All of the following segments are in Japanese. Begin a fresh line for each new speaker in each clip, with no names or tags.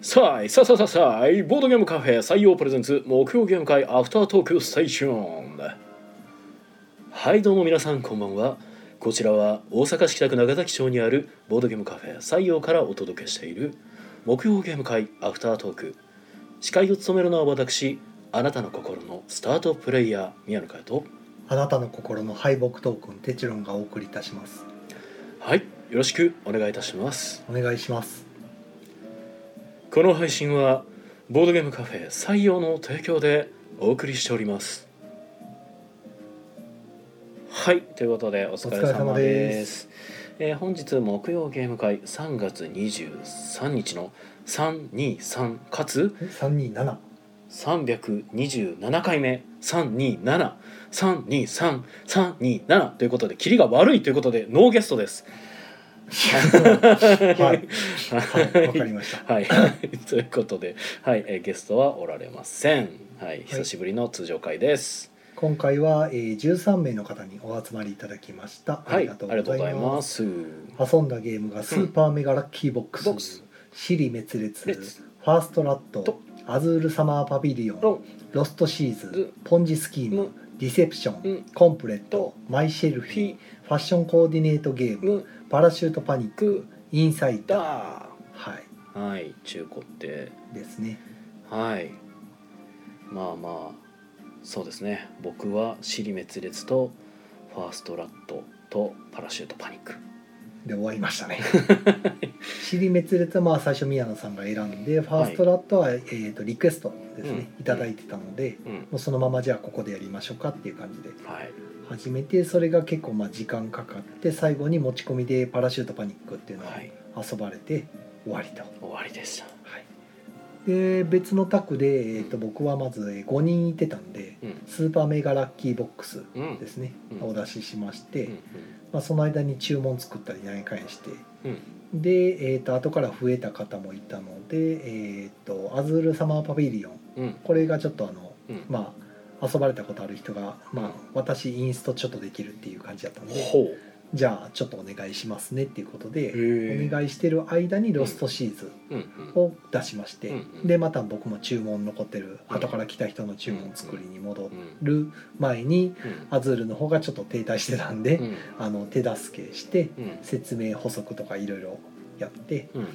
さあいさあさあさあさあいボードゲームカフェ採用プレゼンツ木曜ゲーム会アフタートークステーションはいどうも皆さんこんばんはこちらは大阪市北区長崎町にあるボードゲームカフェ採用からお届けしている木曜ゲーム会アフタートーク司会を務めるのは私あなたの心のスタートプレイヤー宮野佳代と
あなたの心の敗北トークンテチロンがお送りいたします
はいよろしくお願いいたします
お願いします
この配信はボードゲームカフェ採用の提供でお送りしておりますはいということでお疲れ様ですえー本日木曜ゲーム会3月23日の323かつ
三二七
327回目327323ということでキリが悪いということでノーゲストです
はいはいわかりました
はい、 ということで、はいえーゲストはおられません、はい、久しぶりの通常会です。
今回は、えー、13名の方にお集まりいただきました
はい、ありがとうございます。
遊んだゲームがスーパーメガラッキーボックス、
ボックス
シリ滅裂
レッツ
ファーストラッ
と
トアズールサマーパビリオン
ロン
ロストシー
ズ
ズポンジスキー
ム
ムディセプショ
うん
ンコンプレッ
と
トマイシェルフ
フィ
ィファッションコーディネートゲーム
ム
パラシュートパニック
ク
インサイダー
ダ
はい
ーはい、中古って、
ですね
はい。まあまあ、そうですね。僕は尻滅裂とファーストラットとパラシュートパニック。
で終わりましたね 尻滅裂はまあ最初宮野さんが選んでファーストラットは、えー、とリクエストですね、
うん
いただいてたので
うん、
もうそのままじゃあここでやりましょうかっていう感じで
はい、
始めてそれが結構まあ時間かかって最後に持ち込みでパラシュートパニックっていうのを
はい、
遊ばれて終わりと。
終わりでした。
はいで別のタクで、えー、と僕はまず5人いてたんで
うん、
スーパーメガラッキーボックス
うん、うん
ですね、
うん
お出ししまして、
うん、
まあ、その間に注文作ったり何回して
うん、
で、えー、と後から増えた方もいたので、えー、とアズールサマーパビリオン
うん、
これがちょっとあの、
うん、
まあ、遊ばれたことある人が、ま
うん
あ、私インストちょっとできるっていう感じだったんで
ほう、
じゃあちょっとお願いしますねっていうこと
へ
で
ー
お願いしてる間にロストシーズ
うん、うん、
を出しまして、
うんうん
でまた僕も注文残ってる
うん
後から来た人の注文作りに戻
うん、
る前に
うん
アズールの方がちょっと停滞してたんで、
うん
あの手助けして
うん
説明補足とかいろいろやって。
うん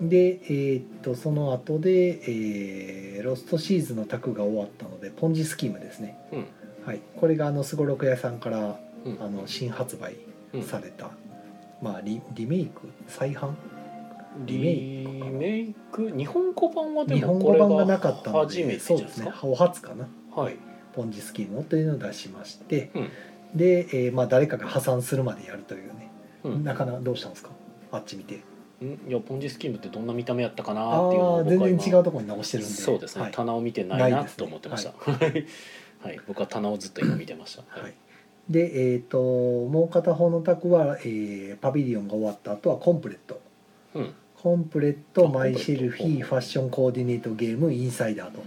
で、えーっとその後で、えーロストシーズンの卓が終わったのでポンジスキームですね、
うん
はい、これがあのすごろく屋さんから
うん
あの新発売
うん
された、まあ、リリメイク再販
リ
リ
メ
メ
イ
イ
ク
クかな
日本語版はで
日
も
本
こ
語
れ
版が
が
なかったので
初めてじ
そ
ゃ
う
ないで
で
すす
ね
か
お初かな
はい
ポンジスキームをというのを出しまして、
うん
で、えーまあ、誰かが破産するまでやるというね、
うん
なかなかどうしたんですかあっち見て
んいやポンジスキームってどんな見た目やったか
あ
なっていうのを
あー
僕は
全
今
然違うところに直してるんで
そうですね、
はい
棚を見てない
な
ない
ですね
と思ってましたはい、はい僕は棚をずっと今見てました
はい、で、えー、ともう片方の卓は、えーパビリオンが終わった後はコンプレット
うん
コンプレッ
あ
ト
コンプ
マ
レット
イシェルフィーファッションコーディネートゲームインサイダーと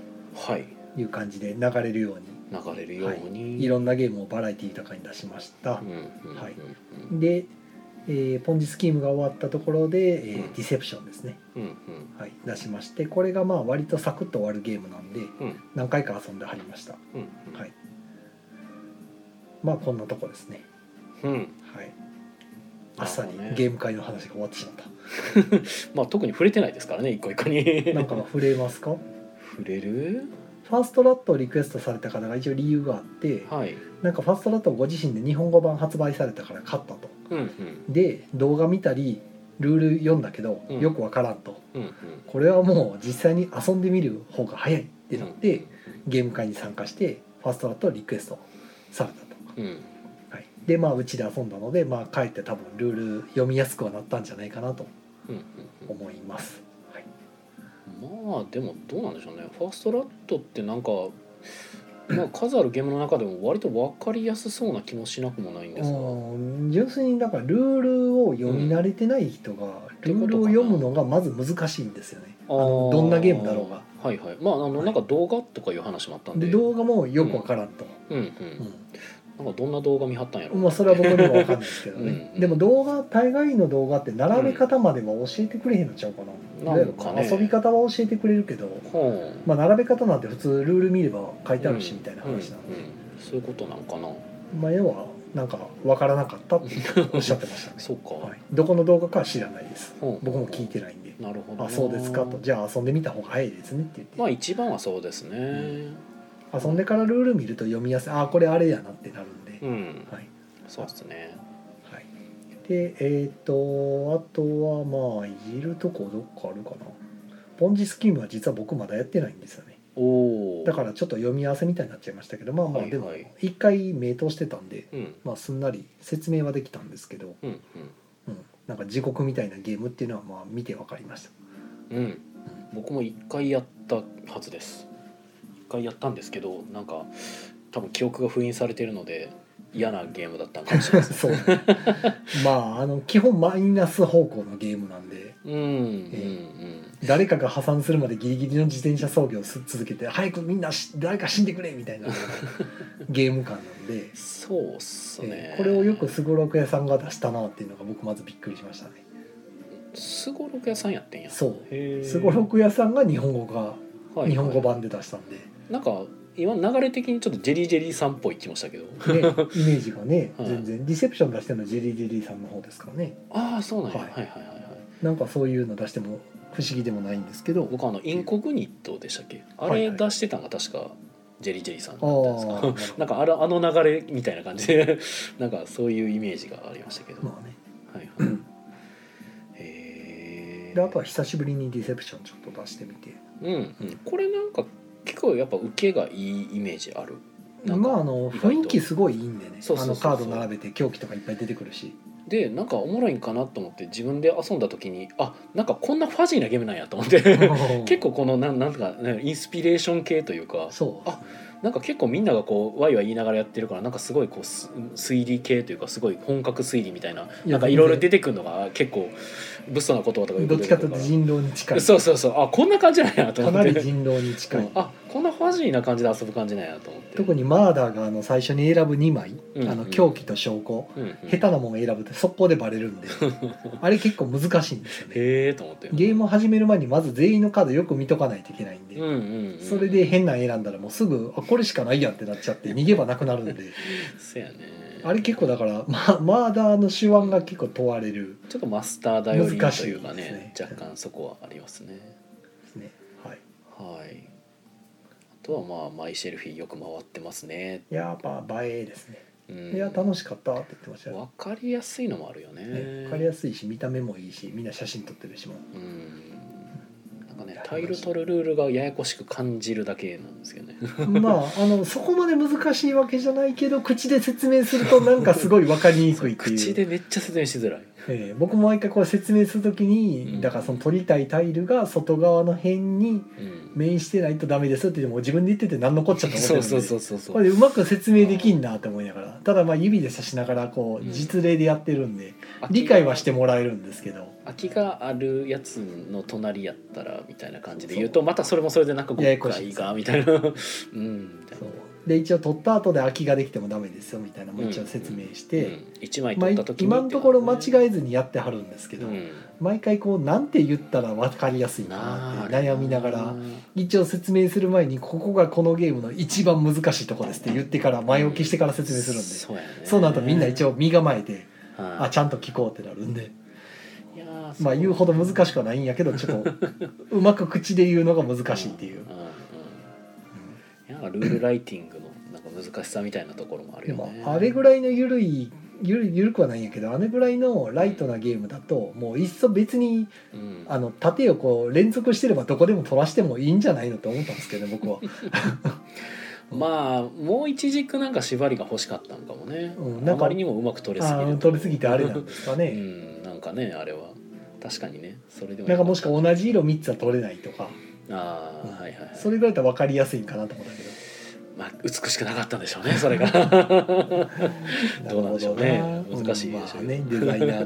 はい
いう感じで流れるように
流れるように、
いろんなゲームをバラエティ豊かに出しました
うん、うんうん
はい
うん
で、えーポンジスキームが終わったところで、えー
うん
ディセプションですね、
うん
はい、出しましてこれがまあ割とサクッと終わるゲームなん
う
で
んうん
何回か遊んではりました
うんうん
はいまあこんなとこですね
うん
はいあっさ
な
り
るほどね
ゲーム会の話が終わってしまった
まあ特に触れてないですからね一個一個に
なんか触れますか
触れる
ファーストラットをリクエストされた方が一応理由があって
はい
なんかファーストラットをご自身で日本語版発売されたから買ったと
うんうん
で動画見たりルール読んだけど
うん
よくわからんと、
うんうんっ
これはもう実際に遊んでみる方が早いってなって、ゲーム会に参加してファーストラットをリクエストされた
う
と、
ん
はい、でまあうちで遊んだのでまあ帰って多分ルール読みやすくはなったんじゃないかなと
うんうん
思います、はい、
まあでもどうなんでしょうねファーストラットってなんか、まあ、数あるゲームの中でも割と分かりやすそうな気もしなくもないんですが
うん純粋にだからルールを読み慣れてない人が、ルールを読むのがまず難しいんですよねあの
あ
どんなゲームだろうが
はいはいまああの
はい
なんか動画とかいう話もあったんで
で動画もよくわからんと、
うんうん
うん
なんかどんな動画見張ったんやろ
まあそれは僕にも分かんないですけど
うん
ね
うん
でも動画大概の動画って並べ方までは教えてくれへんのちゃうかな,、
なんかね
遊び方は教えてくれるけど、
はあ
まあ、並べ方なんて普通ルール見れば書いてあるしみたいな話なん
うんう
で、
んそういうことなんかな
まあ、要はなんか分からなかっ たっておっしゃってましたね
そうか、
はい、どこの動画かは知らないです
ほう
僕も聞いてないんで
なるほ
「
ど
あ
な
そうですか」と「じゃあ遊んでみた方が早いですね」って
まあ
言っ
一番はそうですね
て遊んでからルール見ると読みやすい「あこれあれやな」ってなるんで、
うん、
はい
そうですね
はい、でえっ、とあとはまあいじるとこどっかあるかなポンジスキームは実は僕まだやってないんですよね
おお
だからちょっと読み合わせみたいになっちゃいましたけどまあまあ
はい
でも
はい
一回名通してたんで、
うん
まあ、すんなり説明はできたんですけど、
うん
うん、なんか地獄みたいなゲームっていうのはまあ見て分かりました
うんうん僕も一回やったはずです一回やったんですけどなんか多分記憶が封印されてるので嫌なゲームだったんかもし れない
そうまああの基本マイナス方向のゲームなんで
うんうん
え
うん
誰かが破産するまでギリギリの自転車操業をす続けて早くみんなし誰か死んでくれみたい なゲーム感なんで、
そうっす
え
ね
ーこれをよくすごろく屋さんが出したなっていうのが僕まずびっくりしましたね
すごろく屋さんやってんや
そう
へー
すごろく屋さんが日本語が
はい
日本語版で出したん で、
なんか今流れ的にちょっとジェリージェリーさんっぽい気もしたけど
ね、イメージがね
はい
全然リセプション出してるのはジェリー・ジェリーさんの方ですからね
ああそうなんや、は、
はいい
はいはいはい
なんかそういうの出しても不思議でもないんですけど
僕あのインコグニットでしたっけあ
はい
れ
はい
出してたんが確かジェリージェリーさんだ
あ
ったんですか
あ
なんかあれあの流れみたいな感じで なんかそういうイメージがありましたけど、
まあね
はいは
う
い
ん
へえ
であとは久しぶりにディセプションちょっと出してみて
うん、うん、これなんか結構やっぱ受けがいいイメージあるなんか
まああの
意外と
雰囲気すごいいいんでね
そうそう
あ
そう
の
そう
カード並べて狂気とかいっぱい出てくるし
でなんかおもろいんかなと思って自分で遊んだ時にあなんかこんなファジーなゲームなんやと思って 結構このなんなんとか、ね、インスピレーション系というか
そう
あなんか結構みんながこうワイワイ言いながらやってるからなんかすごいこうす推理系というかすごい本格推理みたいななんかいろいろ出てくるのが結構物騒な言葉とかよく
どっ
出
ち
て
か
く
と
る
いう
か
と
ら
人狼に近い
そうそうそうあこんな感じなんやと
か
思
な
って
り人狼に近
う
い
んあこんなファジーな感じで遊ぶ感じなんやと思って
特にマーダーがあの最初に選ぶ2枚、
うん
あの狂気と証拠、
うんうん
下手なもん選ぶと速攻でバレるん であれ結構難しいんですよね
へえと思って
ゲームを始める前にまず全員のカードよく見とかないといけないんで、
うんうんうん
それで変なの選んだらもうすぐあこれしかないやんってなっちゃって逃げ場なくなるん で
せやね
あれ結構だから、ま、マーダーの手腕が結構問われる
ちょっとマスター頼り
難
と
しい
いうか
で
ね
すね
若干そこはありますね
ですね。はい、
はいあとはまあマイシェルフィーよく回ってますね
いやーやっぱ映えですね。
うん
いや楽しかったって言ってましたよ。
わかりやすいのもあるよね
ね、わかりやすいし見た目もいいしみんな写真撮ってるしも
うんなんかねタイル取るルールがややこしく感じるだけなんですけどね
まああのそこまで難しいわけじゃないけど口で説明するとなんかすごいわかりにくいっていう
口でめっちゃ説明しづらい
えー僕も毎回こう説明するときに、
うん
だからその撮りたいタイルが外側の辺に
うん
面してないとダメですってでも自分で言ってて何のこっちゃと思っ
そ
てる
う
んで
そうそうそうそ
こ
う
れうまく説明できんなと思いながらただまあ指で指しながらこ
うん
う実例でやってるんで、理解はしてもらえるんですけど
空きがあるやつの隣やったらみたいな感じで言うとまたそれもそれでなんか
や
誤
やこしい
解がみたいなうんみたい
そ
な
うで一応取った後で空きができてもダメですよみたいなのも一応説明して、
うん、1枚
まあ
取った時に
今のところ間
え
違えずにやってはるんですけど、毎回こうなんて言ったら分かりやすいかなって悩みながら一応説明する前にここがこのゲームの一番難しいとこですって言ってから前置きしてから説明するんで、
そうやね
そうなるとみんな一応身構えて、あ
はい
ちゃんと聞こうってなるんで。
いやー
まあ言うほど難しくはないんやけどちょっとうまく口で言うのが難しいっていう、
んんんなんかルールライティングのなんか難しさみたいなところもある
で
よ
も
ね。
あれぐらいの緩いゆる緩くはないんやけどあれぐらいのライトなゲームだともういっそ別に
うん、
あの縦をこう連続してればどこでも取らしてもいいんじゃないのと思ったんですけどね僕は、
まあもう一軸なんか縛りが欲しかったんかもね、
うんなんか
あまりにもうまく取れすぎ
あ
る
の
と
取りすぎてあれなんですか
う
ね、
んなんかねあれは確かにねそれでも
なんかもしくは同じ色3つは取れないとか
ああ、
うん
はいはいはい
それぐらいだと分かりやすいんかなと思ったけど
まあ美しくなかったんでしょうねそれ がどうなんでしょうね
なるほどな
難しい
うん
で
ま
しょ
あ
うけど
ねデザイナー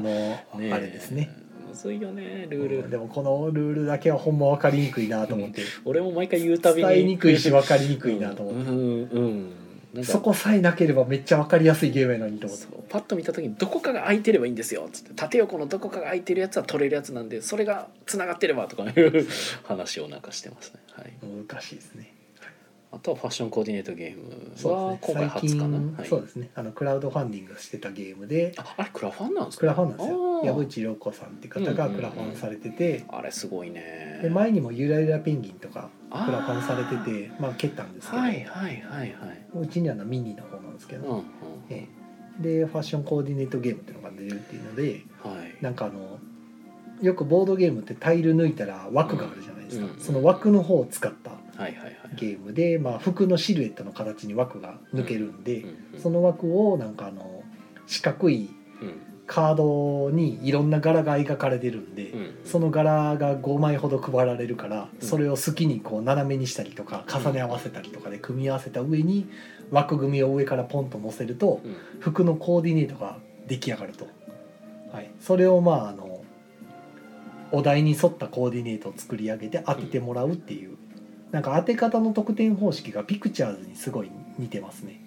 の
ね
あれですね
むずいよねルール、
でもこのルールだけはほんま分かりにくいなと思って
俺も毎回言うたびに
伝えにくいし分かりにくいなと思って、
うんうん、うんなんか
そこさえなければめっちゃ分かりやすいゲームやのにと思って
そうパッと見た時にどこかが空いてればいいんですよつって縦横のどこかが空いてるやつは取れるやつなんでそれがつながってればとかいう話をなんかしてますね、はい、
難しいですね
あとはファッションコーディネートゲーム
そう
は
で
今
す
回
ね最
初かな、
近
はい、
そうですねあのクラウドファンディングしてたゲームで
ああれクラファンなんですか
クラファンなんですよ
あー
矢渕良子さんって方がクラファンされてて
あれすごいね
で前にも「ゆらゆらペンギン」とか
あー
クラファンされててまあ蹴ったんですけど、
はいはいはいはいう
ちにはなミニの方なんですけ
う
ど、
んうん
ええでファッションコーディネートゲームっていうのが出るっていうので
はい
なんかあのよくボードゲームってタイル抜いたら枠があるじゃないですか、
うん
その枠の方を使った
はいはいはい
ゲームで、まあ、服のシルエットの形に枠が抜けるんで、
うんうん
その枠をなんかあの四角い
うん
カードにいろんな柄が描かれてるんで、
うん
その柄が5枚ほど配られるから、
うん
それを好きにこう斜めにしたりとか重ね合わせたりとかで組み合わせた上に枠組みを上からポンと乗せると
うん
服のコーディネートが出来上がると、はい、それをまああのお題に沿ったコーディネートを作り上げて当ててもらうっていう、なんか当て方の得点方式がピクチャーズにすごい似てますね。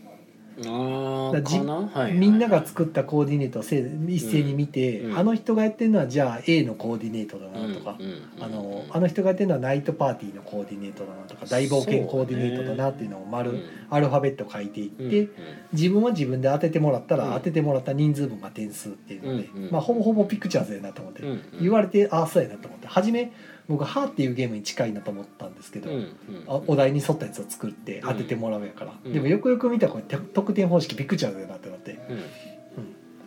あ
だ
あ
じ
かな、はいはい、
みんなが作ったコーディネートをせ一斉に見て、
うんうん
あの人がやってるのはじゃあ A のコーディネートだなとか、
うんうんうん
あのあの人がやってるのはナイトパーティーのコーディネートだなとか大冒険コーディネートだなっていうのを丸、
うん
アルファベット書いていって、
うん
自分は自分で当ててもらった
う
ら、
ん
当ててもらった人数分が点数っていうので、
うんうん
まあ、ほぼほぼピクチャーズやなと思って、
うんうん、
言わ
れ
れてああそうやなと思って初め僕「は」っていうゲームに近いなと思ったんですけど、
うんうん、
あお題に沿ったやつを作って当ててもらうやから、
うん
でもよくよく見たらこれ得点方式ピクチャーズやなってなって。
う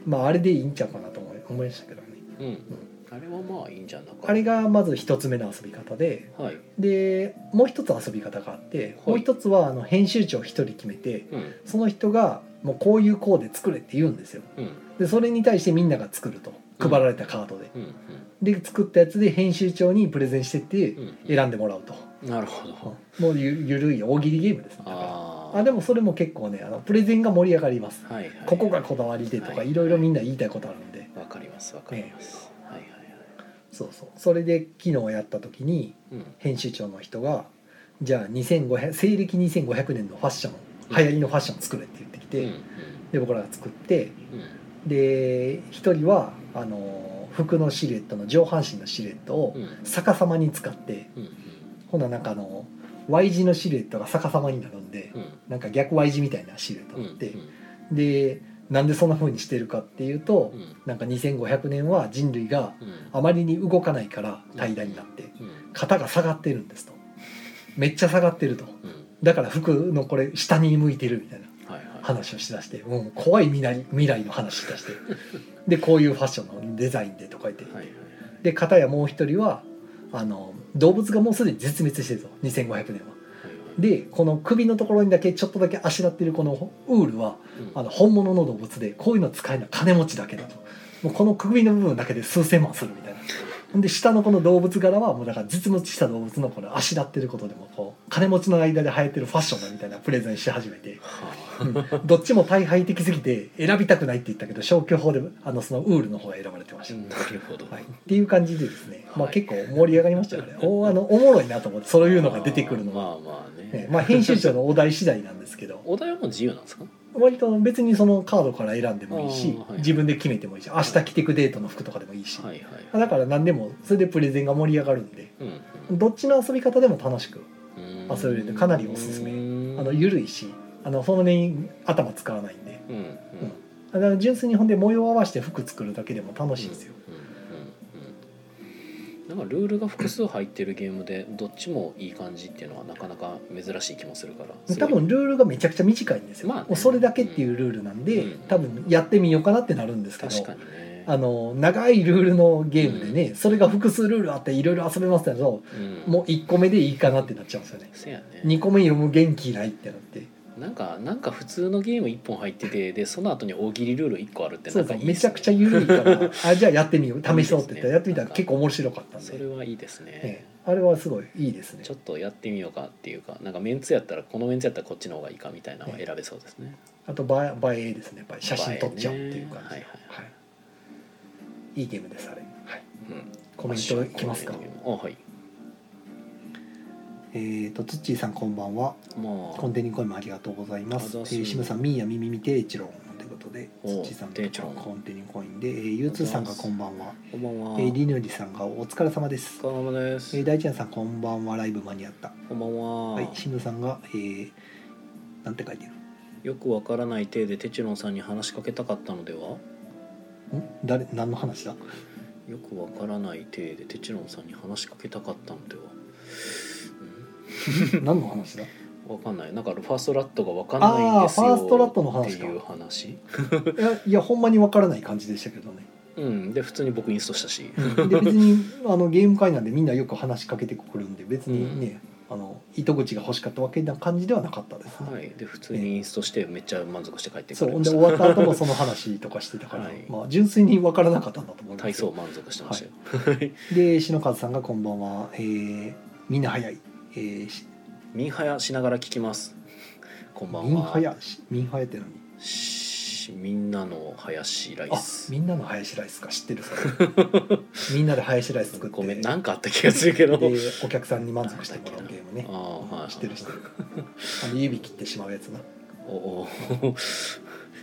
まああれでいいんちゃうかなと思い思いましたけどね
ん、うん、あれはまあいいんじゃなかった
あれがまず一つ目の遊び方で
はい、
でもう一つ遊び方があって、
い
もう一つはあの編集長一人決めて
うん
その人がもうこういうコーデ作れって言うんですよ
うん
でそれに対してみんなが作ると配られたカードで、
うん
で作ったやつで編集長にプレゼンしてって
うんうん、
選んでもらうと、
なるほど
もうゆゆるい大喜利ゲームですねだから
あー
あでもそれも結構ねあのプレゼンが盛り上がります、
はいはい、
ここがこだわりでとか、
はい
いろいろみんな言いたいことあるんで
わかりますわかります、はいはいはい
そうそうそれで昨日やった時に
うん
編集長の人が「じゃあ2500西暦2500年のファッション流行りのファッション作れ」って言ってきて、
うん
で僕らが作って
うん
で一人はあの服のシルエットの上半身のシルエットを
うん
逆さまに使って
うん
ほななんかあの Y 字のシルエットが逆さまになるんで
うん
なんか逆 Y 字みたいなシルエット
うんうん
になってでなんでそんな風にしてるかっていうと
うん
なんか2500年は人類が
うん
あまりに動かないから平らになって
うん
肩が下がってるんですとめっちゃ下がってると
うん
だから服のこれ下に向いてるみたいな
はいは
話をしだしてもう怖い未来未来の話しだしてでこういうファッションのデザインでとか言って
いはいはい
で片やもう一人はあの動物がもうすでに絶滅してるぞ2500年はでこの首のところにだけちょっとだけあしらってるこのウールはあの本物の動物でこういうの使えるのは金持ちだけだともうこの首の部分だけで数千万するみたいなほんで下のこの動物柄はもうだから実物した動物のこれあしらってることでもこう金持ちの間で流行ってるファッションだみたいなプレゼンし始めてうんどっちも大敗的すぎて選びたくないって言ったけど消去法であのそのウールの方が選ばれてまし
うんなるほど
た、はい、っていう感じでですね、まあ、
はい
結構盛り上がりましたよねおあのおもろいなと思ってそういうのが出てくるのは、
はまあまあね
ねまあ、編集長のお題次第なんですけど
お題はもう自由なんですか
割と別にそのカードから選んでもいいし、
あーはい
自分で決めてもいいし明日着てくデートの服とかでもいいし、
はいはい
だから何でもそれでプレゼンが盛り上がるんで
うん
どっちの遊び方でも楽しく
うん
あそれでかなりおすすめ
うん
あの緩いしあのそんなに頭使わないんで
うんうん
あの純粋にほんで模様合わせて服作るだけでも楽しいんですよ、
うんうんうんなんかルールが複数入ってるゲームでどっちもいい感じっていうのはなかなか珍しい気もするからすご
多
い
分ルールがめちゃくちゃ短いんですよ、
まあね
もうそれだけっていうルールなんで、
うん
多分やってみようかなってなるんですけど
確かにね
あの長いルールのゲームでね、それが複数ルールあっていろいろ遊べますけど
うん
もう1個目でいいかなってなっちゃうんですよね
せやね
2個目読む元気ないってなって
なんかなんか普通のゲーム1本入っててでその後に大喜利ルール1個あるって
そ
な
うん
か
そう
いい
めちゃくちゃ
ゃ
緩いから あじゃあやってみよう試そうって言ったら
い
や
い
っ
ですね
てみたら結構面白かったんで
それはいいですね、
ええあれはすごいいいですね
ちょっとやってみようかっていうかなんかメンツやったらこのメンツやったらこっちの方がいいかみたいなのは選べそうですね、
あと映え映えですねやっぱり写真撮っちゃうっていう感じ、
映えね
はいいいゲームですあれ、はい、
うん、
コメントいきますか
あはい
「えっ、と、つっちーさん、こんばんは。
まあ
コンテニコイもありがとうございます。え
あざっす
ー、しむさん、みーやみみみてえちろん。ということで、
おう
つっちーさん
てえちろ
と
ん
コンテニコインで、えー、ゆうつーさんがこんばんは。
こんばん
え
は。
ー、りぬりさんがお疲れ様です。
こんばんはです
えー、。大ちゃんさん、こんばんは。ライブ間に合った。
こんばんは。
はい、しむさんが、えー、なんて書いてる。
よくわからない体でテチロンさんに話しかけたかったのでは
ん誰何の話だ
よくわからない体でテチロンさんに話しかけたかったのでは
何の 話
う
だ
んわかんないなんかファーストラットがわかんないんですよ
あーファーストラットの話
っ
か
ていう話
いやいやほんまにわからない感じでしたけどね
うんで普通に僕インストしたし
で別に あのゲーム会なんでみんなよく話しかけてくるんで別にね、あの糸口が欲しかったわけな感じではなかったですね、
はいで普通にインストしてめっちゃ満足して帰ってく
そう
れ
ほ
ま
んで
し
終
た
わった後もその話とかしてたから、
はい
まあ、純粋に分からなかったんだと思いま
体
す
操満足してましたよはい
で篠和さんが「こんばんは、えー、みんな早い」えーし
ミンハヤしながら聞きますこんば
み
ん
ん
は
はや」し「みんはや」って何
しみんなの林ライ
あ
ス
みんなのハヤシライスか知ってるそれ みんなでハヤシライス作って
ごめんなんかあった気がするけど
でお客さんに満足してもらうゲームね
あーはい
知ってる知ってるあの指切ってしまうやつな
お おー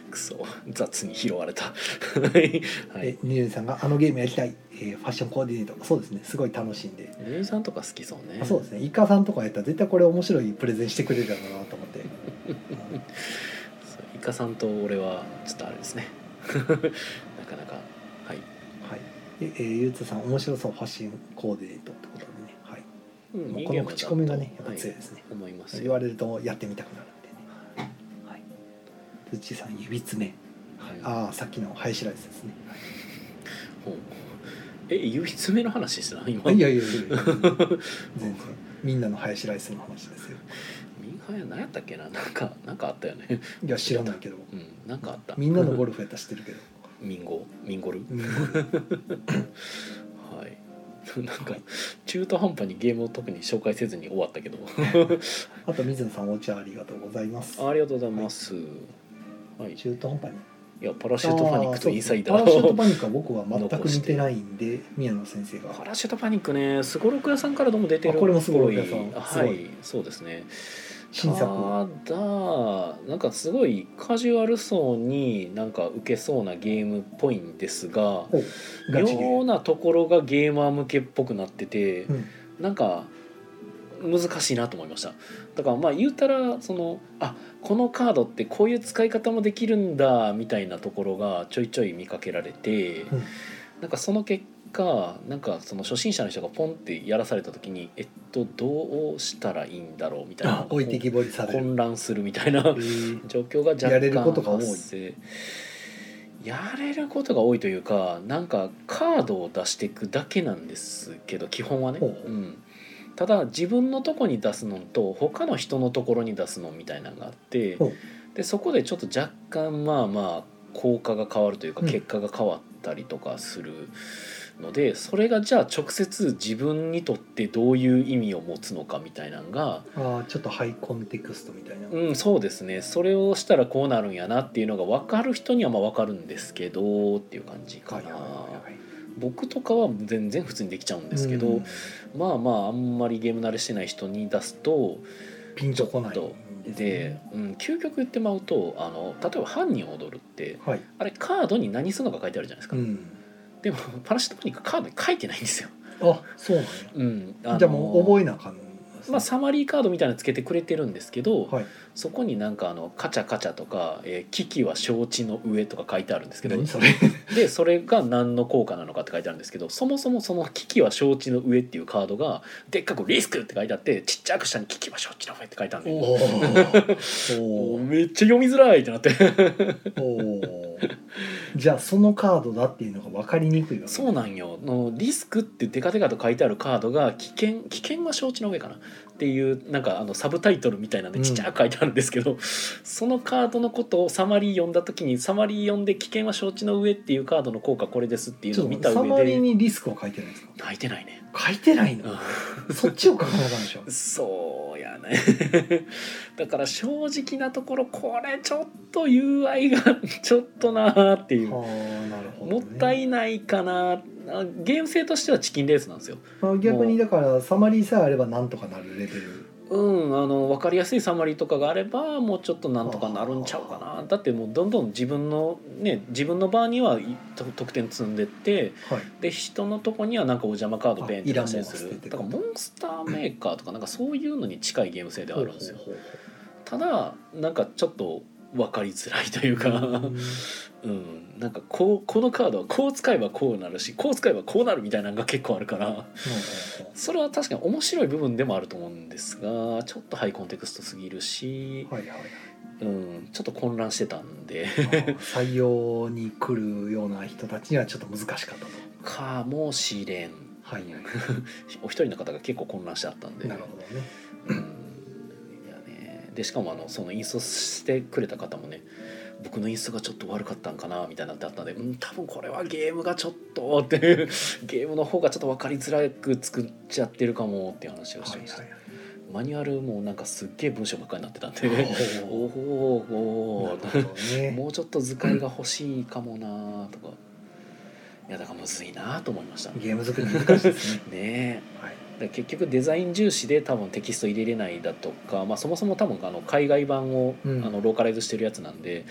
くそ雑に拾われたはいはい
えニューさんが「あのゲームやりたい、えーファッションコーディネート」そうですねすごい楽しいんで、
レイさんとか好きそうね
あそうですねイカさんとかやったら絶対これ面白いプレゼンしてくれるだろうな と思ってうん
そうイカさんと俺はちょっとあれですね なかなかはい
はいでえーゆうつさん面白そうファッションコーディネートってことでね、はい、もうこの口コミがねやっぱ強い
は
ですね、
い思います
言わ
よ、
れるとやってみたくなるんでねはい土さん指爪
はい、
ああさっきのハヤシライスですね
ほうえ夕日爪の話してない今
いやいやい やいや全然みんなのハヤシライスの話ですよ
ミンハヤ何やったっけななんかなんかあったよね
いや知らないけど
うんなんかあった
みんなのゴルフやったら知ってるけど
ミンゴミンゴル
うんゴルフ
はい なんか中途半端にゲームを特に紹介せずに終わったけど
あと水野さんお茶ありがとうございます
ありがとうございます。はい。い
中途半端に
や、パラシュートパニックとインサイダ
あ
ー
ーそうですねパラシュート
を。
パニックは僕は全く似てないんで宮野先生が
パラシュートパニックね、すごろく屋さんからどうも出てる
あこれもすごろく屋さん
っぽい
すごい
はい、そうですね。
新作
ただ、なんかすごいカジュアル層になんか受けそうなゲームっぽいんですが、
おガチゲ
妙
ー
なところがゲーマー向けっぽくなってて、
うん
なんか難しいなと思いましただからまあ言うたらそのあこのカードってこういう使い方もできるんだみたいなところがちょいちょい見かけられて、
ん
なんかその結果なんかその初心者の人がポンってやらされた時にえっとどうしたらいいんだろうみたいな
あ置いてきぼりされる
混乱するみたいな
えー
状況が若干
やれることが多い
発生やれることが多いというかなんかカードを出していくだけなんですけど基本はね、、
ほうほうん
ただ自分のとこに出すのと他の人のところに出すのみたいなのがあって
ほ
でそこでちょっと若干まあまあ効果が変わるというか
うん
結果が変わったりとかするので、それがじゃあ直接自分にとってどういう意味を持つのかみたいなのが
ああちょっとハイコンテクストみたいな
うん、そうですねそれをしたらこうなるんやなっていうのが分かる人にはまあ分かるんですけどっていう感じか
はいはい
な
はいはい
僕とかは全然普通にできちゃうんですけど、
うん
まあまああんまりゲーム慣れしてない人に出すと
ピンとこない
ちょっ
んすね
で、うん、究極言ってまうとあの例えば「犯人を踊る」って
はい
あれカードに何するのか書いてあるじゃないです
う
か、
ん
でもパラシュートパニックカードに書いてないんですよ。
あそうなんや
うん、あの
じゃあもう覚えなあかんですね
まあ、サマリーカードみたいなのつけてくれてるんですけど、
はい
そこになんかあのカチャカチャとか、えー機器は承知の上とか書いてあるんですけど
何それ
でそれが何の効果なのかって書いてあるんですけどそもそもその「危機は承知の上」っていうカードがでっかく「リスク」って書いてあってちっちゃく下に「危機は承知の上」って書いてあるん
お
で
ー
お
お
ー
ー
めっちゃ読みづらいってなって
おーじゃあそのカードだっていうのが分かりにくいわけ
そうなんよの「リスク」ってデカデカと書いてあるカードが「危険」「危険は承知の上」かなっていうなんかあのサブタイトルみたいなんで
うん
ちっちゃく書いてあるんですけど、そのカードのことをサマリー読んだ時にサマリー読んで「危険は承知の上」っていうカードの効果これですっていう
ち
の
ょ
を
っ
見
と
た
サマ
上
リー
で
にリスクを書いてないんですか
書いてないね。
書いてないの
うん
そっちを書かなあかんでしょ
そうやね だから正直なところこれちょっと UI がちょっとなーっていう、
はあなるほど、
も
ね、
ったいないかなあゲーム性としてはチキンレースなんですよ
まあ逆にだからサマリーさえあればなんとかなるレベル
うんあの分かりやすいサマリーとかがあればもうちょっとなんとかなるんちゃうかなだってもうどんどん自分のね自分の場にはいと得点積んでって
はい
で人のとこにはなんかお邪魔カードベンって出したりす
あいらんもんは捨て
る
て
だ
く
からモンスターメーカーとかなんかそういうのに近いゲーム性ではあるんですよ
ほうほう
ただなんかちょっと分かりづらいというか
ほううん
うん、なんかこうこのカードはこう使えばこうなるしこう使えばこうなるみたいなのが結構あるからそれは確かに面白い部分でもあると思うんですがちょっとハイコンテクストすぎるし、
はいはいはい
うん、ちょっと混乱してたんで
あー採用に来るような人たちにはちょっと難しかったと
かもしれん
はいはい
お一人の方が結構混乱してあったんで
なるほどね
うんいやねでしかもあのそのインストしてくれた方もね僕のインストがちょっと悪かったんかなみたいなってあったんでうん多分これはゲームがちょっとって いうゲームの方がちょっと分かりづらく作っちゃってるかもっていう話をして
はいは
ま
い
した、
はい
マニュアルもなんかすっげえ文章ばっかりになってたん
ほ
でお
う
おー
ほ
お
うなる
ー
ほどね
もうちょっと図解が欲しいかもなーとかいやだからむずいなーと思いましたね
ゲーム作り難しいですね
え
はい
だから結局デザイン重視で多分テキスト入れれないだとか、まあ、そもそも多分あの海外版を、
うん
あのローカライズしてるやつなんで、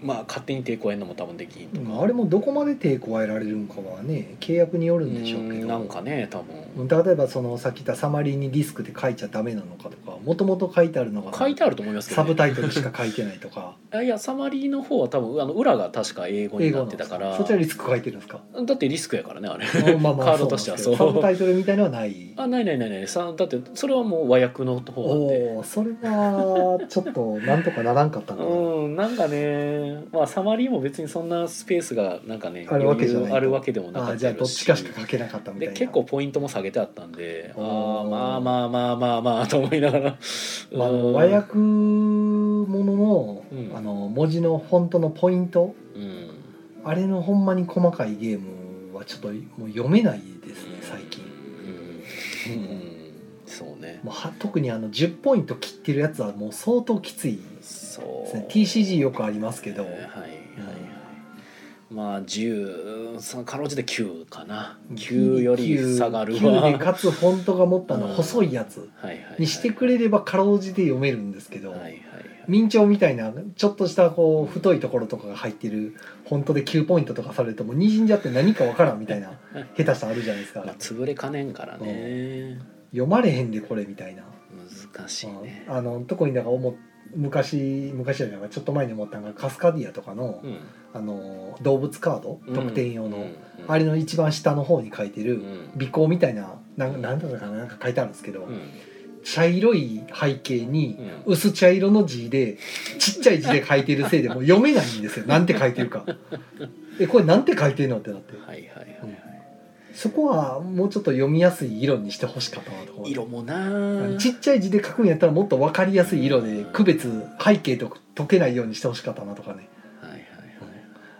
まあ、勝手に抵抗やるのも多分できんとか、
まああれもどこまで手加えられるんかはね契約によるんでしょうけ
うん
ど
なんかね多
う
分
ん例えばそのさっき言ったサマリーにリスクで書いちゃダメなのかとかもともと書いてあるの が
書いてあると思いますけど、
サ
ね、
ブタイトルしか書いてないとか
あいやサマリーの方は多分あの裏が確か英語に
英
な
語
っ
の
てたから
そちらリスク書いてるんですか
だってリスクやからねあれ
うん まあまあ
カードとしてはそう
なんですけどサブタイトルみたいのはない
あないないないないさだってそれはもう和訳の方なんで
おおーそれはちょっとなんとかならんかったんかな
うんなんかねまあサマリーも別にそんなスペースがなんかね
あるわけじゃない
余裕あるわけでもなかっ
あ
た
ーじゃあどっちかしか書けなかったみたい
で
な
結構ポイントも下げてあったんであ
おー
ーまあまあまあまあまあと思いながら、
まああ
う
の
ん
和訳ものの,、
うん
あの文字のフォントのポイント
うん
あれのほんまに細かいゲームはちょっともう読めないですね最近
うん、うん、そうね
もうは特にあの10ポイント切ってるやつはもう相当きつい
そ
です
う
ね TCG よくありますけど、
はいはいはいまあ10そのかろうじて9かな9より下がるわ
9でかつフォントが持ったの
うん
細いやつ
はいはいはい
にしてくれればかろうじて読めるんですけど、
はいはいはい
明朝みたいなちょっとしたこう太いところとかが入ってるフォントで9ポイントとかされるともうにじんじゃって何かわからんみた いな下手したあるじゃないですか
まあ潰れかねんからね
読まれへんでこれみたいな、
難しいね
あの特になんか思っ昔昔じゃないかちょっと前に思ったのがカスカディアとかの,、
うん
あの動物カード特典用の、
うんうん
あれの一番下の方に書いて
う
る
ん
尾行みたいななんなんだったかななんか書いてあるんですけど、
うん
茶色い背景に
うん
薄茶色の字でちっちゃい字で書いてるせ いでもう読めないんですよなんて書いてるかえこれなんて書いてるのってなって
はいはいはいは
そこはもうちょっと読みやすい色にしてほしかったなと
い
思
色もな
うちっちゃい字で書くんやったらもっと分かりやすい色で区別背景と解けないようにしてほしかったなとかね
はいはいはい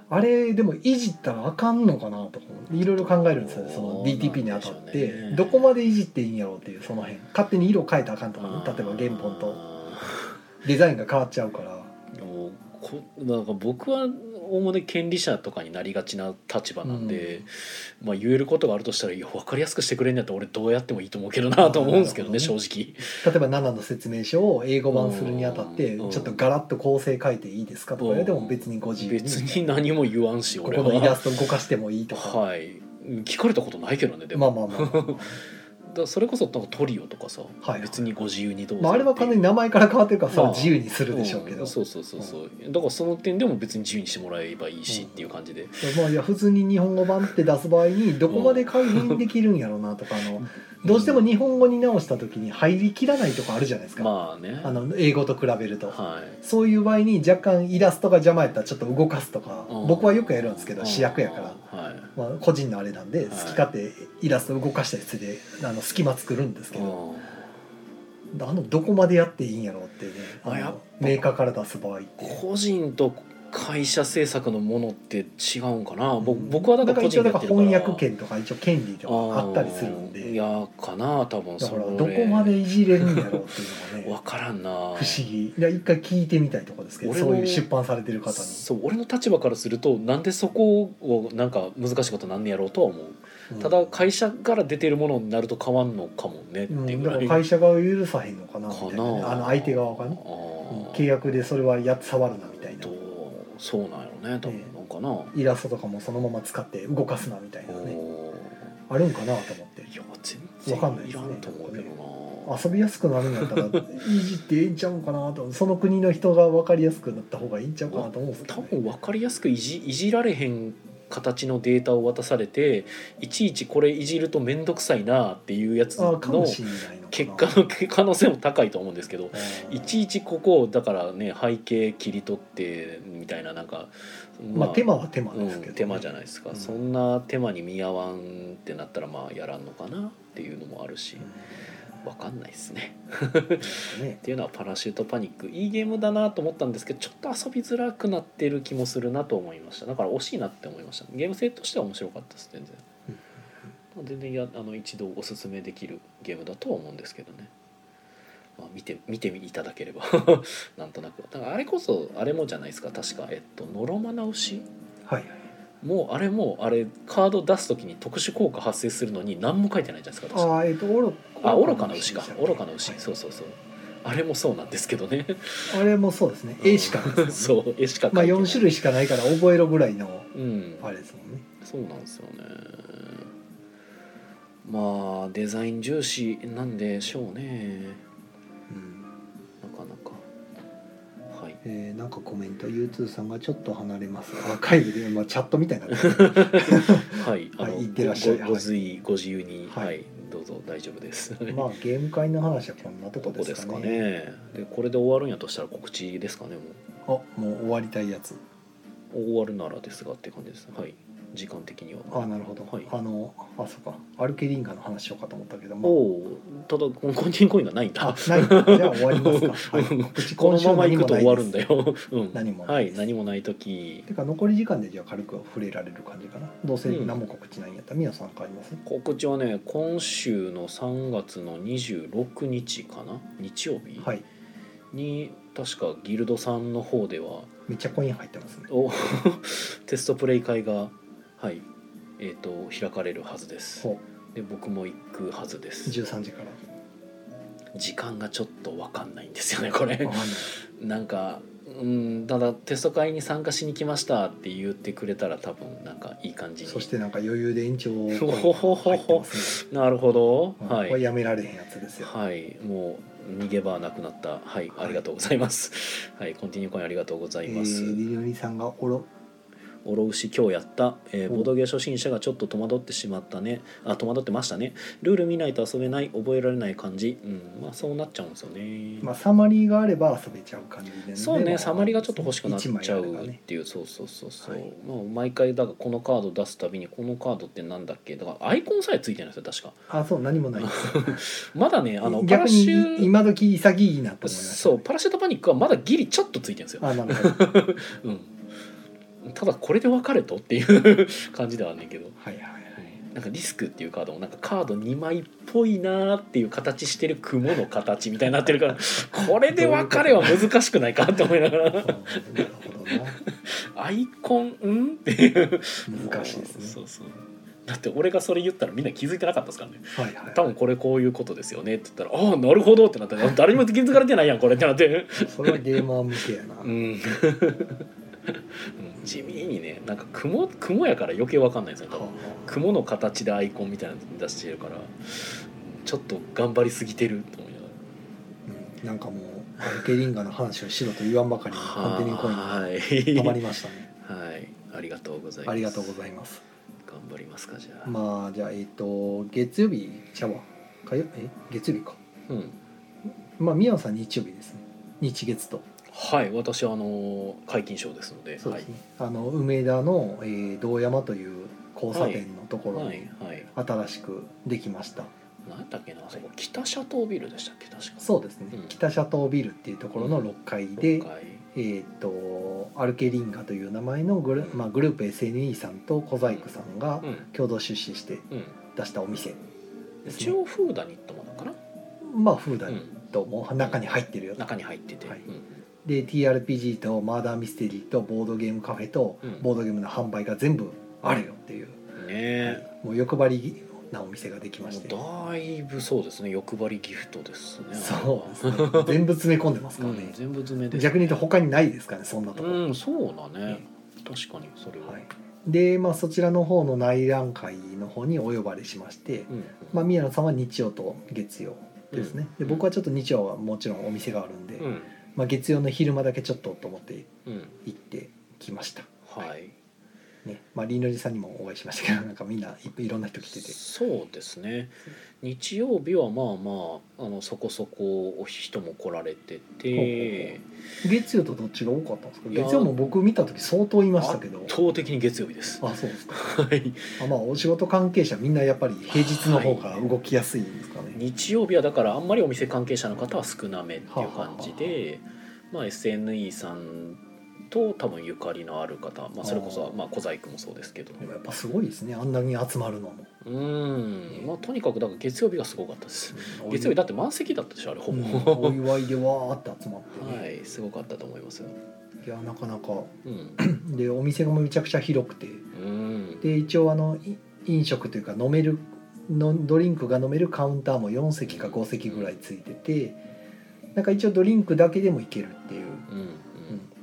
あれでもいじったらあかんのかなとかいろいろ考えるんですよねその DTP にあた
そ
っ
うなんでしょう
て
ね
どこまでいじっていいんやろうっていうその辺勝手に色変えたらあかんとかね例えば原本とデザインが変わっちゃうから。
でもこなんか僕はおおむね権利者とかになりがちな立場なんで、まあ、言えることがあるとしたらいや分かりやすくしてくれんだったら俺どうやってもいいと思うけどなと思うんですけどね
なるほ
正
ど
直。
例えば7の説明書を英語版するにあたってち
う
ょ
ん
っとガラッと構成書いていいですかとか
うん
でも別にご自由
別
に
に何も言わんし
ここ
俺は
のイラスト動かしてもいいとか
はいうん聞かれたことないけどねで
まあ
も、
ま あまあまあま
だからそれこそなんかトリオとかさ、
はい
別にご自由にどう
あ
ぞ
まああれは完全に名前から変わってるからそれは自由にす
す
るでしょうけど
そうそうそうそう、だからその点でも別に自由にしてもらえばいいしっていう感じで、
まあいや普通に日本語版って出す場合にどこまで改変できるんやろうなとかあのどうしても日本語に直した時に入りきらないとかあるじゃないですか
まあね
あの英語と比べると。
はい
そういう場合に若干イラストが邪魔やったらちょっと動かすとか
うん
僕はよくやるんですけど
うん
主役やから
はい
まあ、個人のあれなんで
い
好き勝手イラスト動かしたりしてであの隙間作るんですけど、
うん
あのどこまでやっていいんやろうってね
あ
あ
やっ
のメーカーから出す場合って
個人と会社制作のものって違うんかな、ぼ
うん
僕はだから個
一
人
応
で
だ
や
か
って
ら
るから
翻訳権とか一応権利とかあったりするん
あーい
で
やかな多分
だから
れ
どこまでいじれるんやろうっていうのが
わ
ね
からんな
不思議いや一回聞いてみたいところですけど
俺も
そういう出版されてる方に
そう俺の立場からするとなんでそこをなんか難しいことなんねやろうとは思う
うん
ただ会社から出てるものになると変わんのかもねって
う、
いうんぐ
だ
ら
か
い
ら
か
会社側許さへんのかなみたいなね、
な
あの相手側がね、うん
あー
契約でそれはやっ触るなみたいな
どうそうなんやろね多分なんかな、
イラストとかもそのまま使って動かすなみたいなね
おー
あるんかなと思って
いや全然いら
わかんないですね
んと思うけどな
遊びやすくなるんやったらいじってええんちゃうんかなとその国の人が分かりやすくなった方がいいんちゃうかなと思うんですけ
多
ど、ね、
分分かりやすくいじいじられへん形のデータを渡されていちいちこれいじると面倒くさいなっていうやつ
ああかも
の
しれないのかな
結果の可能性も高いと思うんですけど
あー
いちいちここをだからね背景切り取ってみたいななんか
まあ、手間は手間
う
ですけどね、
ん、手間じゃないですか、
うん
そんな手間に見合わんってなったらまあやらんのかなっていうのもあるし分かんないですね。
うんね
っていうのは「パラシュートパニック」いいゲームだなと思ったんですけどちょっと遊びづらくなってる気もするなと思いましただから惜しいなって思いましたゲーム性としては面白かったです全然
うん
全然やあの一度おすすめできるゲームだとは思うんですけどね、まあ、見て見ていただければ なんとなくだからあれこそあれもじゃないですか確かえっと「ノロマナ牛」
はい
もうあれもあれカード出す時に特殊効果発生するのに何も書いてないじゃないですか確か
ああえっ、と愚
あ愚かな牛か愚かな牛、
はい
そうそうそうあれもそうなんですけどね
あれもそうですね
うん
絵しかないですよね
そう絵しか描いて
ま
な
あ
い
4種類しかないから覚えろぐらいの
うん
あれですもんね
そうなんですよねまあデザイン重視なんでしょうね
うん
なかなかはい
えーなんかコメント U2 さんがちょっと離れますアーカイブで、まあ、チャットみたいになってる
はいあの
いってらっしゃい
ごごご随意ご自由には、
はいい
どうぞ大丈夫です
まあゲーム会の話はこんなと
ど
こ
こ
で
です
す
か
か
ね
ね
でこれで終わるんやとしたら告知ですかねも
あもう終わりたいやつ
う終わるならですがって感じですはい時間的には
あなるほど、
はい
あのあそうかアルケリンガの話しようかと思ったけど
お
も
おただコンティンコインがないんだ
あないじゃあ終わりますか、はい、
このまま行くと終わるんだ
よ
よ。うん、
何も
は
ない
い、
です
何もない時。
てか残り時間でじゃあ軽く触れられる感じかなどうせ何も告知ないんやったら皆さん変わります
告知はね、今週の3月の26日かな、日曜日
はい
に、確かギルドさんの方では、
めっちゃコイン入ってますね
お テストプレイ会が、はい、えっ、と開かれるはずです。
そう
で、僕も行くはずです。
13時から
時間がちょっとわかんないんですよね、これ
わ。かんない
なんかうんただテスト会に参加しに来ましたって言ってくれたら多分なんかいい感じに
そしてなんか余裕で延長コイン
ほほほほ
入ってますね
なるほど、
うん
はい、
こ
は
れ
い
やめられへんやつですよ
もう逃げ場なくなったはい
はい
ありがとうございますはいコンティニューコインありがとうござ
え
い
ー
ます、
リリオニさんがおろ
おろうし今日やった、えー
お
ボードゲー初心者がちょっと戸惑ってしまったねあ戸惑ってましたねルール見ないと遊べない覚えられない感じうんまあそうなっちゃうんですよね、
まあサマリーがあれば遊べちゃう感じで、ね、
そう
ま
ね
あ
サマリがちょっと欲しくなっちゃう
一枚あれば
っ
ね
ていう、そうそうそうそう、
はい
まあ、毎回だからこのカード出すたびにこのカードってなんだっけだからアイコンさえついてないんですよ確か
あそう何もないです
まだ ねあのパラ
逆
シュ
に今時潔いなと思いました
そうパラシュートパニックはまだギリちょっとついてるんですよ、
あなるほどは
うん、ただこれで分かれとっていう感じではあんねんけど
い はいはい
なんかリスクっていうカードもなんかカード2枚っぽいなーっていう形してる雲の形みたいになってるからこれで分かれは難しくないかって思いながら
そうなるほ
アイコンうんっていう
どな難しいです
そ
ね
うそうだって俺がそれ言ったらみんな気づいてなかったですからね
はいはい
多分これこういうことですよねって言ったら「ああなるほど」ってなって誰にも気づかれてないやんこれってなって。
それはゲーマー向けやな、
うん うん地味にねなんか雲雲やから余計わかんないんですよ多分雲の形でアイコンみたいなの出してるからちょっと頑張りすぎてると思いなが
うんなんかもうアルケリンガの話をしろと言わんばかりにコンティニューコイン
ら
が
はい
たまりましたね
はいありがとうございます
ありがとうござい
ま
ます
す頑張りますかじゃあ、
まあじゃあえっ、と月曜日ちゃうわ火曜え月曜日か
うん
まあ宮野さん日曜日ですね日月と
はい私あの皆勤賞ですので
そうですね、あの梅田の、えー道山という交差点のとこ
はい
ろ
は
に
いはい
新しくできました、
何だっけなあそこ北シャトービルでしたっけ確か
そうですね、
うん
北シャトービルっていうところの6階で、
今回
えーっとアルケリンガという名前のグル,、まあ、グループ SNE さんと小細工さんが
うん
共同出資して
うん
出したお店です
一
ね、
応フーダに行ったものかな、
まあフーダ
う
ニッ
ん、
トも中に入ってるよと
中に入ってて、
はい
うん
で TRPG とマーダーミステリーとボードゲームカフェと
うん
ボードゲームの販売が全部あるよっていう、
ねえ、
はいもう欲張りなお店ができまして
だいぶそうですね欲張りギフトですね
そうですね 全部詰め込んでますから
う
ね、
ん、全部詰めです、
逆に言うと他にないですかねそんなとこ、
うんそうだね確かにそれは、
はい、で、まあ、そちらの方の内覧会の方にお呼ばれしまして、
うん
まあ、宮野さんは日曜と月曜ですね、
うん
で僕はちょっと日曜はもちろんお店があるんで、
うん
まあ、月曜の昼間だけちょっとと思って
うん
行ってきました
はい
ねまあ、リーノリさんにもお会いしましたけどなんかみんないっぱいいろんな人来てて
そうですね日曜日はまあまああのそこそこお人も来られてて
月曜とどっちが多かったんですか
いや
月曜も僕見た時相当いましたけど
圧倒的に月曜日です
あそうですか
はい
あまあお仕事関係者みんなやっぱり平日の方が動きやすいんですかね、
日曜日はだからあんまりお店関係者の方は少なめっていう感じ
は
で、まあ、SNE さんと多分ゆかりのある方、まあ、それこそ
あー
まあ小細工もそうですけど
でもやっぱすごいですねあんなに集まるのも
うーんまあとにかくだから月曜日がすごかったです月曜日だって満席だったでしょあれほ
うん
ぼ、
お祝いでわーって集まってね、
はいすごかったと思いますよ
い、やなかなか
うん
でお店がめちゃくちゃ広くて
うん
で一応あのい飲食というか飲めるのドリンクが飲めるカウンターも4席か5席ぐらいついててなんか一応ドリンクだけでもいけるっていう
うんうん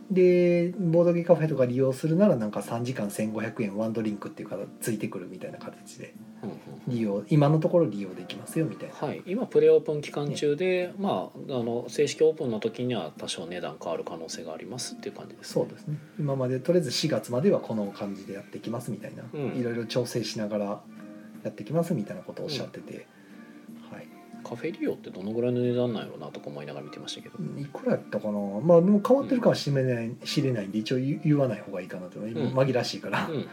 でボードゲーカフェとか利用するならなんか3時間1500円ワンドリンクっていうかついてくるみたいな形で
うんうん
利用今のところ利用できますよみたいな
はい、今プレオープン期間中で、まあ、あの正式オープンの時には多少値段変わる可能性がありますっていう感じです、
そうですね今までとりあえず4月まではこの感じでやっていきますみたいな、
うん
いろいろ調整しながらやっていきますみたいなことをおっしゃってて、はい
カフェ利用ってどのぐらいの値段なんやろうなとか思いながら見てましたけど、
いくらやったかなまあでも変わってるかもしれない,、知れないんで一応言言わない方がいいかなと今
うん
紛らわしいから、
うんうんうん
うん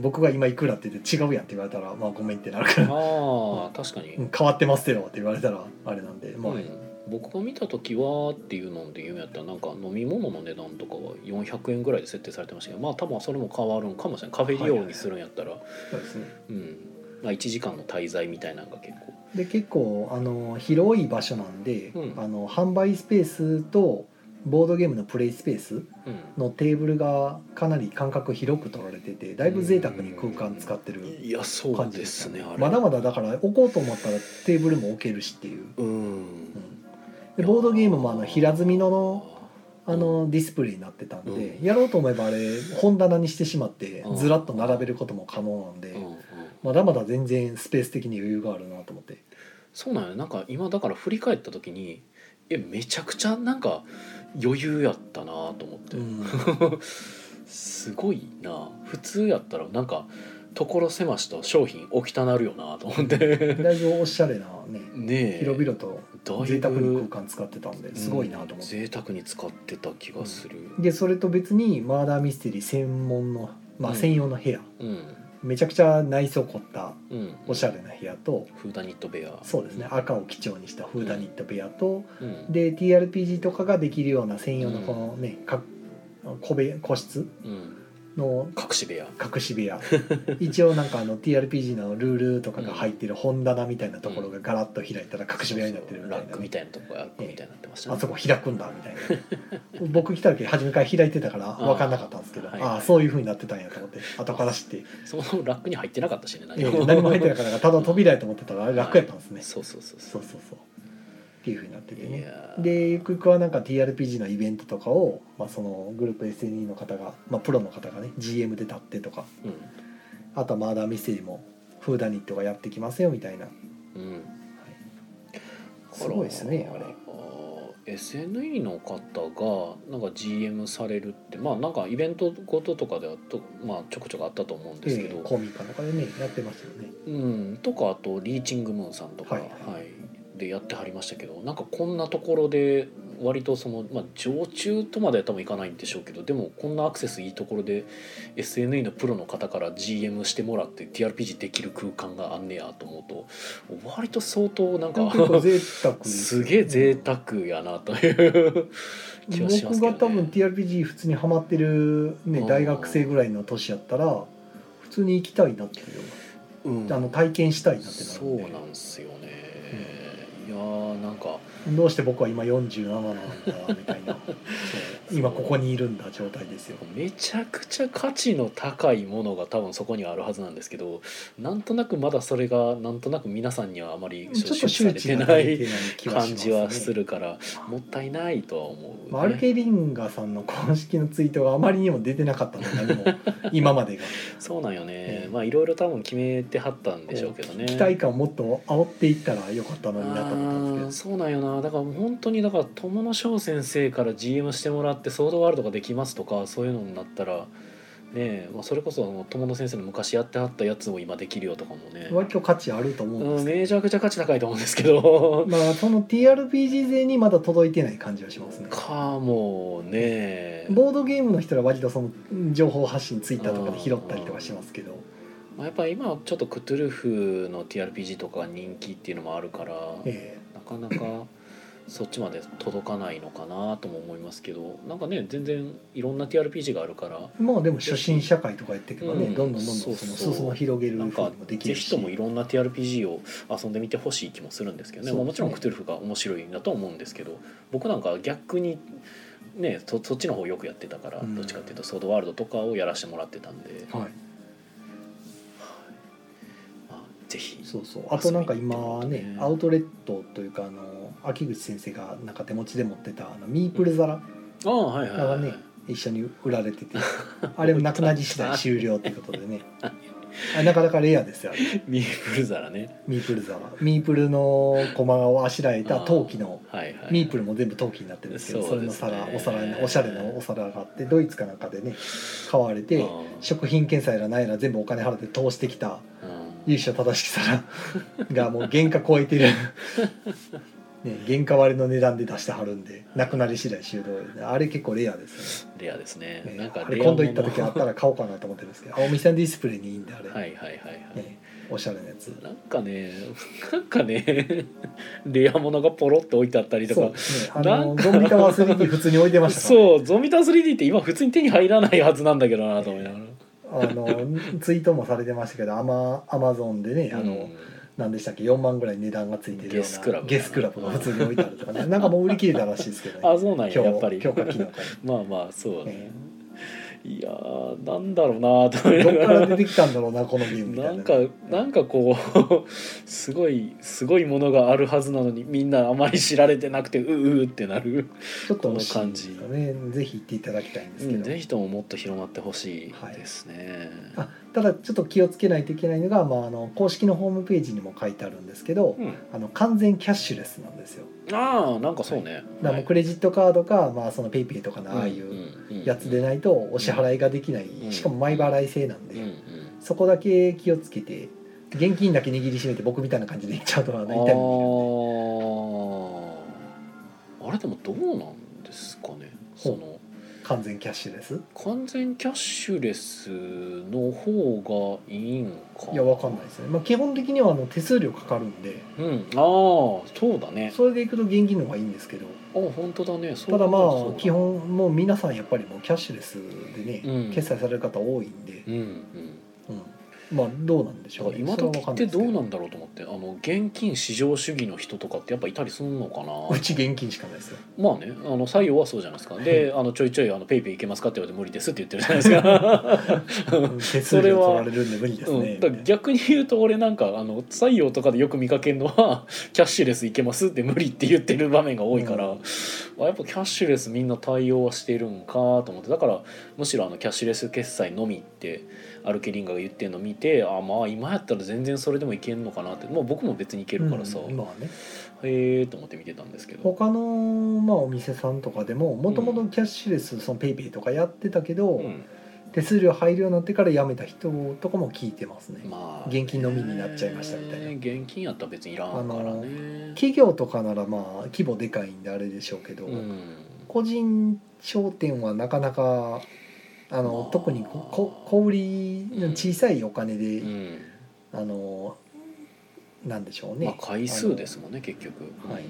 僕が今いくらって言って違うやんって言われたらまあごめんってなるから、
ああ確かに、
うん変わってますよって言われたらあれなんでまあ、
うん僕が見た時はっていうので言うんやったらなんか飲み物の値段とかは400円ぐらいで設定されてましたけどまあ多分それも変わるんかもしれないカフェ利用にするんやったら、
そうですね
うんまあ、1時間の滞在みたいなのが結構
で結構あの広い場所なんで、
うん
あの販売スペースとボードゲームのプレイスペースのテーブルがかなり間隔広く取られててだいぶ贅沢に空間使って
うん
る
いやそう
感じ
ですねあれ
まだまだだから置こうと思ったらテーブルも置けるしっていう、
うん
うんでボードゲームもあの平積みののあのディスプレイになってたんで、
うん
やろうと思えばあれ本棚にしてしまって
うん
ずらっと並べることも可能なんで、
うんうん
まだまだ全然スペース的に余裕があるなと思って
そうなんよなんか今だから振り返った時にえめちゃくちゃなんか余裕やったなと思って、
うん
すごいな普通やったらなんか所狭しと商品置きたなるよなと思 って
だいぶおしゃれなね
ねえ
広々と
だいぶ
贅沢に空間使ってたんですごいなと
うん
思って、
贅沢に使ってた気がする
でそれと別にマーダーミステリー専門の、まあ、
うん
専用の部屋、
うん
めちゃくちゃ内装凝った
うん
おしゃれな部屋と
フーダニットベア
そうですね赤を基調にしたフーダニット部屋と、
うん
で TRPG とかができるような専用のこのね、か個部個室
うん
の
隠し部屋
隠し 部屋一応なんかあの TRPG のルールとかが入ってる本棚みたいなところがガラッと開いたら隠し部屋になってるみた
ラ
い
ッ
な
クみたいなとこがラックみたいになってました
あそこ開くんだみたいな 僕来た時初めから開いてたから分かんなかったんですけど
あ
あ
ーはい
あーそういうふうになってたんやと思って後から知って
そもそもラックに入ってなかったしね
えー何も入ってなかったからただ扉やと思ってたらあれ楽やったんですね
そうそうそう
そうそうそうっていうふうになってて
い
ね
やー
でゆくゆくはなんか TRPG のイベントとかを、まあ、そのグループ SNE の方が、まあ、プロの方がね GM で立ってとか
う
あとはマーダーミステリーもフーダニットがやってきますよみたいな、はい、
んうん
すごいですねあれ
あー SNE の方がなんか GM されるってまあなんかイベントごととかではと、まあ、ちょこちょこあったと思うんですけ
え
ど、
ー、コミカとかでねやってますよね
うん、とかあとリーチングムーンさんとか、は
はいい
でやってはりましたけどなんかこんなところで割とその、まあ、常駐とまでは多分いかないんでしょうけどでもこんなアクセスいいところで SNE のプロの方から GM してもらって TRPG できる空間があんねやと思うと割と相当なんか
結構贅沢です
げえ贅沢やなという気はします けど、ね、
僕が多分 TRPG 普通にハマってる、
うん
ね、大学生ぐらいの年やったら普通に行きたいなっていう、
うん
あの体験したいなってな
そう
るんで
なんですよね、いやーなんか
どうして僕は今47なんだみたいなそう今ここにいるんだ状態ですよ
めちゃくちゃ価値の高いものが多分そこにはあるはずなんですけどなんとなくまだそれがなんとなく皆さんにはあまり
ちょっと
さ
周
れ
知
て
が
な
足り
い
てない気はし
感
ます
じ
ね
はするからもったいないとは思う、ね
まあ、RK リンガーさんの公式のツイートがあまりにも出てなかったの何 も今までが
そうなんよね、
ええ
まあいろいろ多分決めてはったんでしょうけどね
期待感をもっと煽っていったらよかったのになと思ったん
あー
です
そうなんよなだからもう本当にだから友野翔先生から GM してもらってソードワールドができますとかそういうのになったらねえ、まあ、それこそあの友野先生の昔やってはったやつを今できるよとかもね
けど割と価値あると思うん
う
で
ん
す
め
け
ち
ど、
ゃくちゃ価値高いと思うんですけど
まあその TRPG 勢にまだ届いてない感じはしますね
かもね
ボードゲームの人ら割とその情報発信ツイッターとかで拾ったりとかしますけど
まあ、やっぱり今はちょっとクトゥルフの TRPG とかが人気っていうのもあるから
え
なかなかそっちまで届かないのかなとも思いますけどなんかね全然いろんな TRPG があるから
えまあでも初心者会とかやっていけばね、
うん
どんどんどんどんその裾を広げる
なん
風
か
にもでき
ぜ
る
ひ
し
ともいろんな TRPG を遊んでみてほしい気もするんですけどね
そう
まあもち
です
ろ
ね
んクトゥルフが面白いんだとは思うんですけど僕なんか逆にねそそっちの方よくやってたから、
うん
どっちかっていうとソードワールドとかをやらせてもらってたんで、
はい
まあ、ぜひ
そうそうあとなんか今
遊びに行ってもら
ね
うとね
アウトレットというかあの秋口先生がなんか手持ちで持ってたあのミープル皿
ああはいはい
が
はい、
ね一緒に売ら れててあれもなくなり次第終了ってことでねあなかなかレアですよあれ
ミープル皿ね
ミープル皿ミープルの駒をあしらえた陶器の
はいはい
ミープルも全部陶器になってるんですけど
そ
そうれ
で
の
す
皿
ね
お皿におしゃれなお皿があってドイツかなんかでね買われて食品検査やらないら全部お金払って通してきた由緒正しき皿 がもう原価超え てるね原価割れの値段で出してはるんでなくなり次第終了あれ結構レアです
レアですね、
ね
なんか
あれ
レアも
今
の
度行った時あったら買おうかなと思ってるんですけどあお店のディスプレイにいいんであれ、
はいはいはいはい、
ねおしゃれなやつ
なんかね なんかね レアものがポロって置いてあったりと
そう
か
ですねあ
な
の
ん
ゾンビタワー3に普通に置いてましたからね
そうゾンビター 3D って今普通に手に入らないはずなんだけどなと思いながら、
あの ツイートもされてましたけどアマアマゾンでねあの、何でしたっけ4万ぐらい値段がついてるような
ゲスクラブ
ゲスクラブが普通に置いてあるとかねなんかもう売り切れたらしいですけど
うん
ね
あそうなんや
今日
やっぱり
今日か昨日か
まあまあそうだね
え、
いやーなんだろうなと思いな
どっ
が
から
ら
出てきたんだろうなこのゲームみたいな
なんかなんかこう すごいすごいものがあるはずなのにみんなあまり知られてなくてうううってなる、
ちょっと惜しいですよねぜひ行っていただきたいんですけ
うん
ど、
ぜひとももっと広まってほしいですね、
あただちょっと気をつけないといけないのが、まあ、あの公式のホームページにも書いてあるんですけど
うん、
あの完全キャッシュレスなんですよ
ああなんかそうね、
だからもうクレジットカードか、まあ、そのペイペイとかのああいうやつで
ね
ないとお支払いができない、
ん
しかも前払い制なんで、
うんうん
そこだけ気をつけて現金だけ握りしめて僕みたいな感じでいっちゃうとあの痛い目見るんで
あーあれでもどうなんですかねその
完全キャッシュレス
完全キャッシュレスの方がいいんか
いやわかんないですね、まあ、基本的にはあの手数料かかるんで
うんああそうだね
それでいくと現金の方がいいんですけど
あ本当だねそう
ただま
そう
あ
だ
基本もう皆さんやっぱりもうキャッシュレスでね、
うん
決済される方多いんで
う、んうん
うん、まあどうなんでしょう、ね、
今
それは
時
わか
っ
んな
て
いです
ど
け
うなんだろうと思ってあの現金至上主義の人とかってやっぱいたりすんのか
う
な
ち現金しかないですよ
まあねあの採用はそうじゃないですか であのちょいちょいあの「ペイペイいけますか?」って言われて「無理です」って言ってるじゃないですか
うん手数料取られるんで無理です
う
ね
ん、だから逆に言うと俺なんかあの採用とかでよく見かけるのは 「キャッシュレスいけます?」って無理って言ってる場面が多いから、
うん
あやっぱキャッシュレスみんな対応はしてるんかと思ってだからむしろあのキャッシュレス決済のみってアルケリンガが言ってるの見てあまあ今やったら全然それでもいけんのかなって、まあ、僕も別にいけるからさ、
うんまあね
へえと思って見てたんですけど。
他の、まあ、お店さんとかでももともとキャッシュレスそのペイペイとかやってたけど、
うん
手数料入るようになってからやめた人とかも聞いてますね、
まあ、
現金のみになっちゃいましたみたいな
現金やったら別にいらんからね。
企業とかならまあ規模でかいんであれでしょうけど、
うん
個人商店はなかなかあの
まあ
特にここ小売りの小さいお金で、
うん
あのなんでしょうね、
まあ、回数ですもんね結局
はい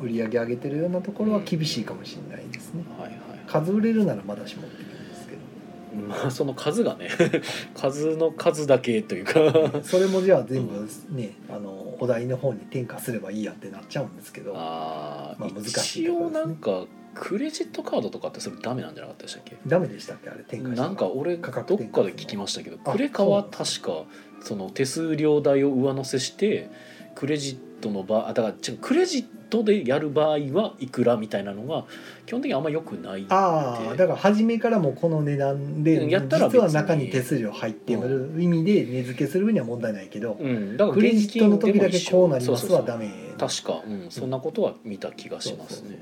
売り上げ上げてるようなところは厳しいかもしれないですね、
はいはい
数売れるならまだしもってるんですけど
まあその数がね 数の数だけという か
それもじゃあ全部ね、あのお題の方に転嫁すればいいやってなっちゃうんですけど
あ、
まあ難しい
一
とこ
応
ろですね
なんかクレジットカードとかってそれダメなんじゃなかったでしたっけ
ダメでしたっけあれ転嫁した
な
の
んか俺どっ
価
か
格
で
転嫁
聞きましたけど
あ
クレカは確かその手数料代を上乗せしてクレジットの場あだから違うクレジットでやる場合はいくらみたいなのが基本的にあんま良くない
ああだから初めからもうこの値段で
うんやったら別
実
に
は中に手数料入ってる意味で値付けする分には問題ないけど、
うん、だから
クレジットの時だけこうなり
そうそ
ます
うそう
はダメ
確か、うん、そんなことは見た気がしますね、
そうそう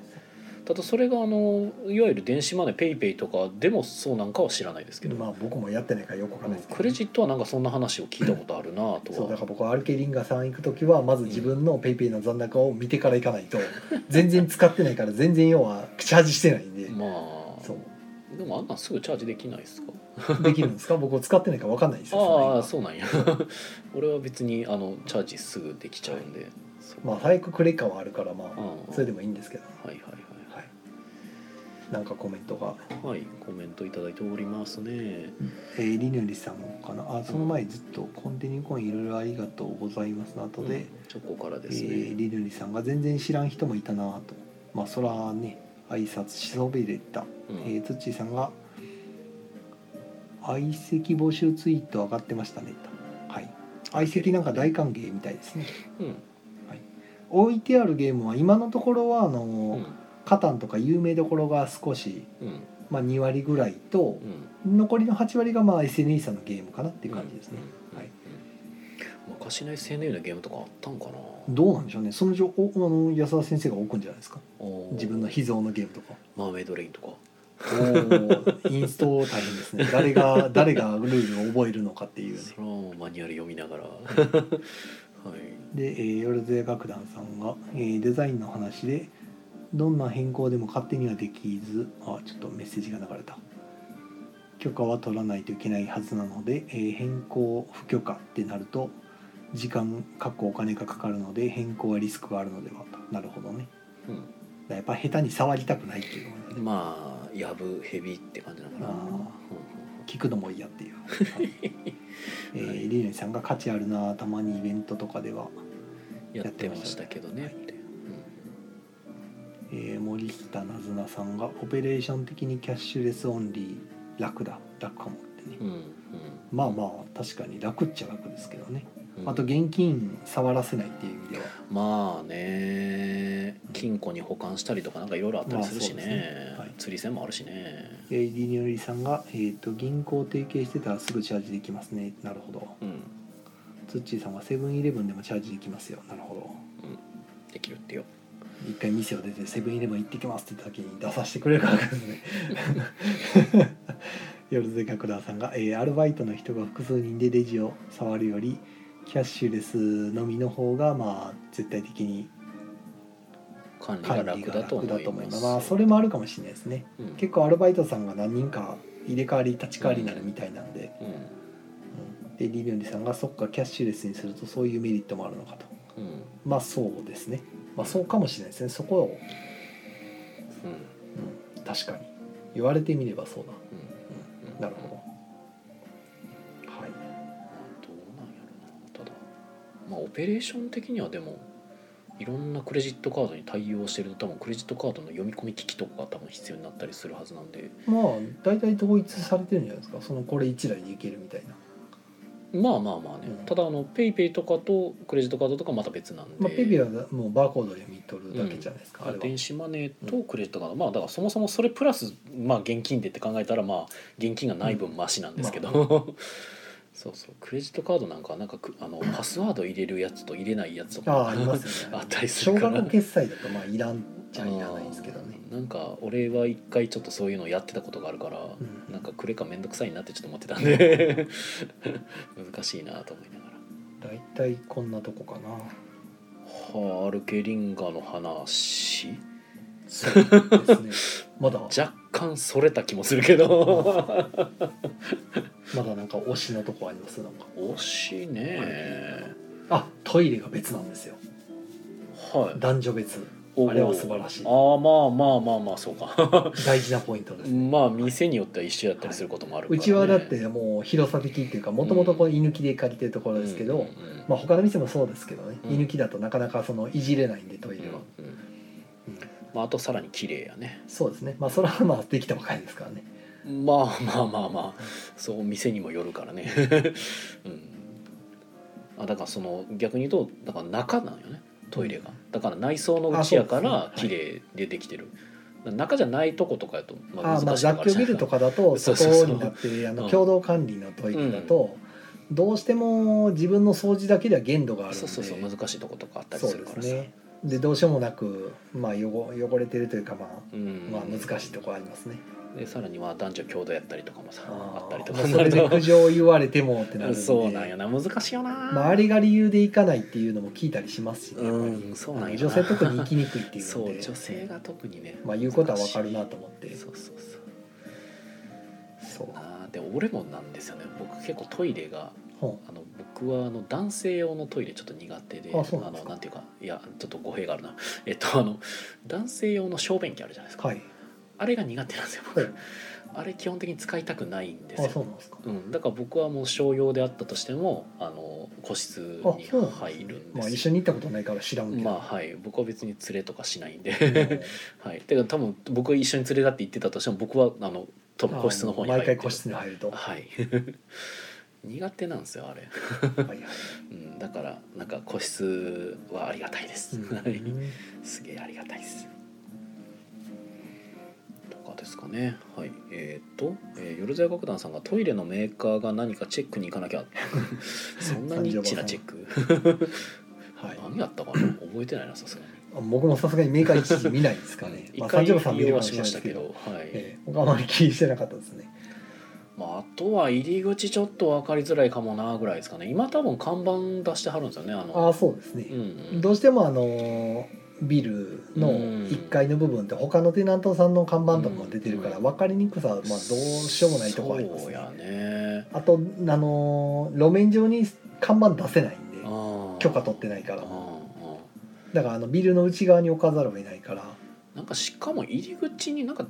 ただそれがあのいわゆる電子マネーペイペイとかでもそうなんかは知らないですけど、
まあ僕もやってないからよくわかんないですけど、
クレジットはなんかそんな話を聞いたことあるなと
そうだ
は
から僕はアルケリンガさん行く時はまず自分のペイペイの残高を見てから行かない と全然使ってないから全然要はチャージしてないんで、
ま
そ
あでもあんなんすぐチャージできないですか
うできるんですか僕使ってないからわかんないですよその
ああー
辺
そうなんや 俺は別にあのチャージすぐできちゃうんで、そう
まあ早くクレカはあるからま
う
あ
ん
それでもいいんですけど、
はいはい
はい、なんかコメントが
はいはいコメントいただいておりますね
えー、りぬりさんかなあその前ずっと「コンティニューコインいろいろありがとうございます」の後で、
うんチョコから
え
ですね、
ー、りぬりさんが全然知らん人もいたなぁとまあそらね挨拶しそびれ
う
た、
ん
えー、つっちーさんが「相席募集ツイート上がってましたね」とはい相席なんか大歓迎みたいですね
うん
置いてあるゲームは今のところはあの、
うん
カタンとか有名どころが少し、
うん
まあ、2割ぐらいと
うん
残りの8割がまあ SNE さんのゲームかなっていう感じですね、
うん
はい
うん昔の SNE のゲームとかあったんかな
どうなんでしょうねその情報あの安田先生が置くんじゃないですか
おー
自分の秘蔵のゲームとか
マーメイドレインとか
インスト大変ですね誰が誰がルールを覚えるのかっていうね
それはもうマニュアル読みなが らはい
で、えー、よろずや楽団さんが、えーデザインの話でどんな変更でも勝手にはできずあちょっとメッセージが流れた許可は取らないといけないはずなので、えー変更不許可ってなると時間かっこお金がかかるので変更はリスクがあるのではとなるほどねやっぱ下手に触りたくないっていうのがね
うん、まあやぶヘビって感じなのかな
あー
うんうん
聞くのも嫌っていう、はいえー、リーネさんが価値あるなたまにイベントとかでは、
うんやってましたけどねって
えー森下なずなさんがオペレーション的にキャッシュレスオンリー楽だ楽かもってね、
うんうん
まあまあ確かに楽っちゃ楽ですけどね、
うん
あと現金触らせないっていう意味では
まあね金庫に保管したりとかなんかいろいろあったりするしね,、
まあそうですねはい
釣り銭もあるしね
えーリーニョリさんが、えーと「銀行提携してたらすぐチャージできますね」なるほど
うん
ツッチーさんはセブンイレブンでもチャージできますよなるほど
できるってよ
一回店を出てセブンイレブン行ってきますって時に出させてくれるからですね 夜瀬角田さんが、えーアルバイトの人が複数人でレジを触るよりキャッシュレスのみの方がまあ絶対的に
管理が
管
楽
理が
だと思
楽
います
だと思いますまあそれもあるかもしれないですね
うん
結構アルバイトさんが何人か入れ替わり立ち替わりになるみたいなんで、うんでリリオンリさんがそっかキャッシュレスにするとそういうメリットもあるのかと
うんうん
まあそうですねまあそうかもしれないですねそこを
うん
うん確かに言われてみればそうだ、
うんうん
なるほどはい
まあどうなんやろなただまあオペレーション的にはでもいろんなクレジットカードに対応してると多分クレジットカードの読み込み機器とかが多分必要になったりするはずなんで
まあ大体統一されてるんじゃないですかそのこれ1台でいけるみたいな、
まあまあまあね、
うん
ただあのペイペイとかとクレジットカードとかまた別なんで、
まあ、ペビはもうバーコードで見とるだけじゃないですか、あれは
電子マネーとクレジットカード、まあだからそもそもそれプラス、まあ、現金でって考えたらまあ現金がない分マシなんですけど、 そうそうクレジットカードなんかはなんかくあのパスワード入れるやつと入れないやつとか
ああありますよね
あったりす
小
るか
学
ら
校決済だとまあいらんじゃいらないですけどね、
あーなんか俺は一回ちょっとそういうのやってたことがあるから、
うん
なんかクレカめんどくさいなってちょっと思ってたん で難しいなと思いながら。
大体こんなとこかな
はあ、アルケリンガの話
そうですねま だ
若干それた気もするけど
まだなんか推しのとこありますなんか
惜しいね
あトイレが別なんですよ
は
男女
い
別
おう
あれは素晴らしい
ああまあまあまあまあそうか
大事なポイントで す、
まあ店によっては一緒だったりすることもあるから、
う
ね
ちはだってもう広さ的っていうかもともとこう居抜きで借りてるところですけど、
うんうんうん
まあ他の店もそうですけどね、
うん
居抜きだとなかなかそのいじれないんでトイレは、
うんうん
うん
まあ、あとさらに綺麗やね
そうですねまあそれはまあできたばかりですからね
まあまあまあまあそう店にもよるからね、 うん、あだからその逆に言うとだから中なんよねトイレがだから内装のうちやか
あ
ら
そう
綺
で
麗でできてる、中じゃないとことかやと、
ああまあ
しいの
雑居ビルとかだと
そ
そう
そうそう
こになってあ
う
の
ん
共同管理のトイレだと、どうしても自分の掃除だけでは限度があるんで
そうそうそう難しいとことかあったり
そ
す
う
る
で
か
す
らさ
ねでどうしようもなく、まあ、汚汚れてるというか、まあ
うん
まあ、難しいとこありますね、
でさらには男女共同やったりとかもさあったりと
ま
か
あ
に
そ
な
れ
る
で
と
苦情言われてもってなるんで
そうなんよな難しいよな、
まあ、あれが理由で行かないっていうのも聞いたりしますしね、やっぱり
うんそうなんよな
女性特に行きにくいってい う
そ
の
う
で
女性が特にね
まあ、言うことはわかるなと思っ
難
て
しいそうそうそう
そう
あーで俺もなんですよね僕結構トイレが
ほ
あの僕はあの男性用のトイレちょっと苦手で
あそうなんです
の
か
なんていうかいやちょっと語弊があるなえっとあの男性用の小便器あるじゃないです
う
か、
はい
あれが苦手なんですよ
ほ
僕
う
あれ基本的に使いたくないんです
あ
よ
そうなんですか
うん、だから僕はもう商用であったとしてもあの個室
あ
に
そうなんですね
入るん
まあ、
で
一
す
緒に行ったことないから知らんけど、
まあはい僕は別に連れとかしないんで、
うん
はい、てか多分僕は一緒に連れだって言ってたとしても僕はあの多分個室の方に入
毎
ってる
回個室に入る と、は
はい苦手なんですよあれ、
いはい
うん、だからなんか個室はありがたいです、
う
はい
ん
すげえありがたいです。とかですかね。はい。えーっと、えー、よるぜ楽団さんがトイレのメーカーが何かチェックに行かなき ゃ。そんなニッチなチェック。
はい、
何やったかな覚えてないなさすがに。。
僕もさすがにメーカー一時見ないですかね
一
まあ、
回
三条さん見
利
る
用
か
は
もし
し
れな
ま
い
し
で
た
すけ
け
ど、
ど、はい。
ええ僕はあまり気にしてなかったですね。
まああとは入り口ちょっと分かりづらいかもなぐらいですかね。今多分看板出してはるんですよね。あ
あ
の。
あ、そうです
う
ね。
んうん。
どうしてもあのービルの1階の部分って他のテナントさんの看板とかも出てるから
うん
分かりにくさはまあどうしようもないところあります
そう
ね。
やね。
あとあのー路面上に看板出せないんで許
許
可取ってない
う
から
んうん。
だからあのビルの内側に置かざるを得ないから
なんかしかも入り口になんか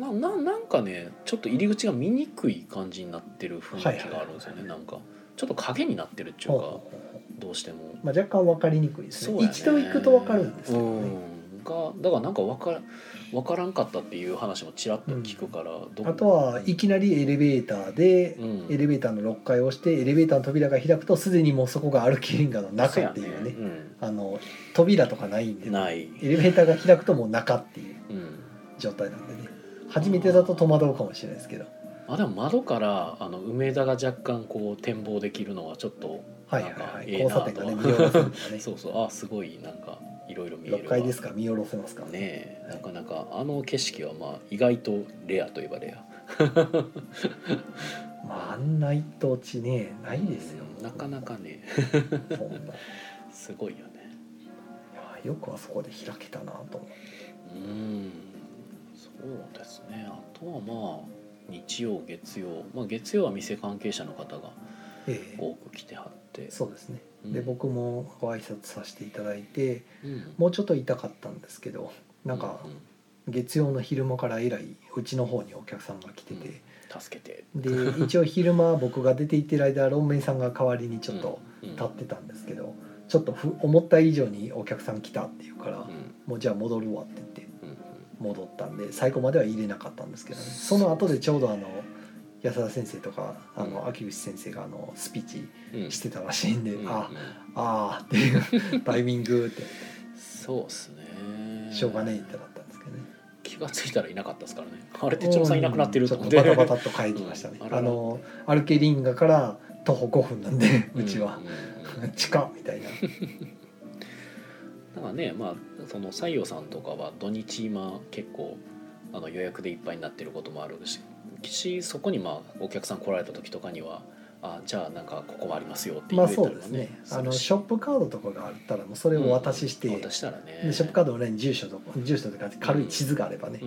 なななんかねちょっと入り口が見にくい感じになってる雰囲気があるんですよね、
はい
なんかちょっと影になってるっていう
ほう
か
ほうほ
どうしても
うまあ、若干分かりにくいです
そう
ね
やね
一度行くと分かるんですけどね、
うんがだからなんかわからわからんかったっていう話もちらっと聞くから、どこ
あとはいきなりエレベーターで
うん
エレベーターの6階を押してエレベーターの扉が開くとすでにもうそこが歩きレンガの中っていうね
そやね
あの扉とかないん
う
で
んない、
エレベーターが開くともう中っていう
うん、
状態なんでね初めてだと戸惑うかもしれないですけど
あでも窓からあの梅田が若干こう展望できるのはちょっと
はいは
な
いはい
んかええ
交
な
差
と
点がね見下ろせるとか ね
そうそうあすごいなんかいろいろ見えるわ
6階ですから見下ろせますからね
ねえなかなかあの景色はまあ意外とレアといえばレア
まああんな一等地ねないですよ
なかなかね
そんない
すごいよね
やよくあそこで開けたなと思って
うんそうですねあとはまあ日曜月曜、まあ、月曜は店関係者の方が
ええ
多く来てはって
そうですね
うん
で僕もご挨拶させていただいて
うん
もうちょっと痛かったんですけどなんか
う
月曜の昼間からえらいうちの方にお客さんが来てて、
助けて
で一応昼間僕が出て行ってる間ロンメイさんが代わりにちょっと
うん
立ってたんですけど、ちょっとふ思った以上にお客さん来たっていうから、
うん
もうじゃあ戻るわって言って
うんうん
戻ったんで最後までは入れなかったんですけどね、その後でちょうどあの安田先生とかあ
う
の
ん
秋口先生があのスピーチ
うんうん
してたらしいんで、
うん
ああーっていうタイミングって
そうっすね
しょうがねえってなったんですけどね。
気がついたらいなかったですからねあれ手帳さんいなくなってる
ち
と
ょっ
思
と
って
バタバタっと帰ってました ね、
うんあらら
あのアルケリンガから徒歩5分なんでうちは
ん、 うんうん
近っみたいな
だからねまあその西洋さんとかは土日今結構あの予約でいっぱいになってることもあるししそこにまあお客さん来られた時とかにはあじゃあなんかここもありますよって言
ま
え
あ
たり
そ
も
うですね
す
あ
る
の
し
ショップカードとかがあったらもうそれをお渡しして、
うん渡したらね
でショップカードの裏に住所とか住所とか軽い地図があればね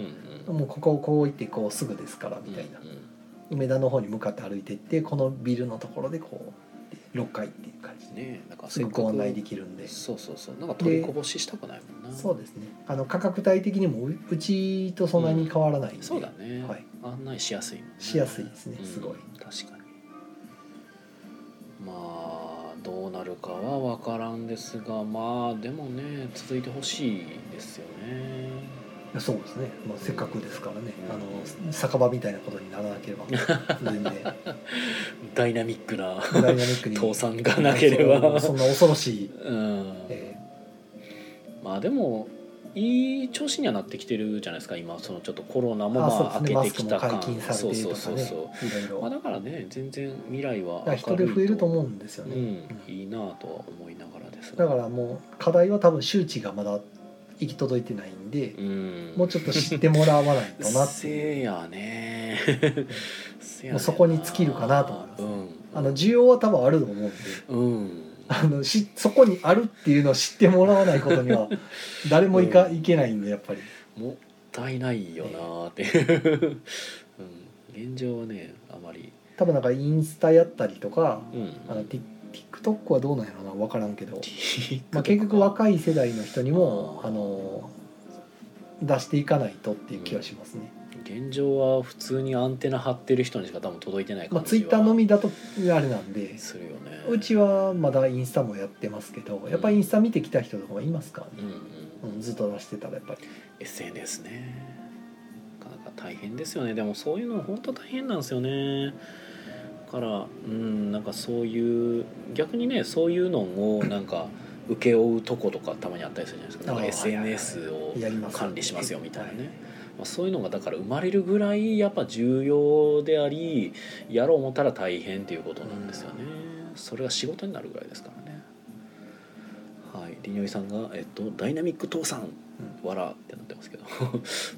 う、んうん
もうここをこう行ってこうすぐですからみたいな、
うんうん
梅田の方に向かって歩いてってこのビルのところでこうって6回っていう感じで
ねだから
そう
せ
い
っ
う
か
ご案内で
く
きるんで
そうそうそうなんか取りこぼししたくないもんな
そうですねあの価格帯的にもううちとそんなに変わらないんで、
そうだね、
はい
案内しやすいもんね
しやすいですね
うん
すごい
確かにまあどうなるかは分からんですがまあでもね続いてほしいですよね
そうですね、まあ、せっかくですからね、
うん
あの酒場みたいなことにならなければ全然
ダイナミックな
ダイナミックに
倒産がなければ
そんな恐ろしい、
うん
え
まあでもいい調子にはなってきてるじゃないですか今そのちょっとコロナも
あそう
まあ
ですね
明けてきた
マ
感
スクも解禁され
そう
てるとか
そう
ね
そうそ
ーいろいうろ、
まあだからね全然未来は
だから人で増えると思うんですよ
う
ね、
ん、いいなぁとは思いながらです
だからもう課題は多分周知がまだ行き届いてないんで、
うん
もうちょっと知ってもらわないとなってい う
せやねせやねん
も
な
うそこに尽きるかなと思います
うん、
あの需要は多分あると思うんで
うん
あのしそこにあるっていうのを知ってもらわないこ とには誰もいか、
うん
いけないんでやっぱり
もったいないよなぁっていう、うん、現状はねあまり
多分なんかインスタやったりとか
うん
あのティ TikTok はどうなんやろうな分からんけど、
TikTok
まあ、結局若い世代の人にも
あー
あの出していかないとっていう気はしますね、
現状は普通にアンテナ張ってる人にしか多分届いてない
まあ、
感じは
Twitter のみだとあれなんです
るよね
うちはまだインスタもやってますけどやっぱりインスタ見てきた人とかもいますから
う
ね、
んうん、
うん、ずっと出してたらやっぱり
SNS ねなかなか大変ですよねでもそういうの本当大変なんですよねだからうんなんかそういう逆にねそういうのをなんか請け負うとことかたまにあったりするじゃないですかなんか
あー
SNS を
やります
管理しますよみたいなね、まあ、そういうのがだから生まれるぐらいやっぱ重要でありやろう思ったら大変っていうことなんですよね、それが仕事になるぐらいですからねはいりにょいさんが、えっと「ダイナミック倒産」
う
わらってなってますけど
い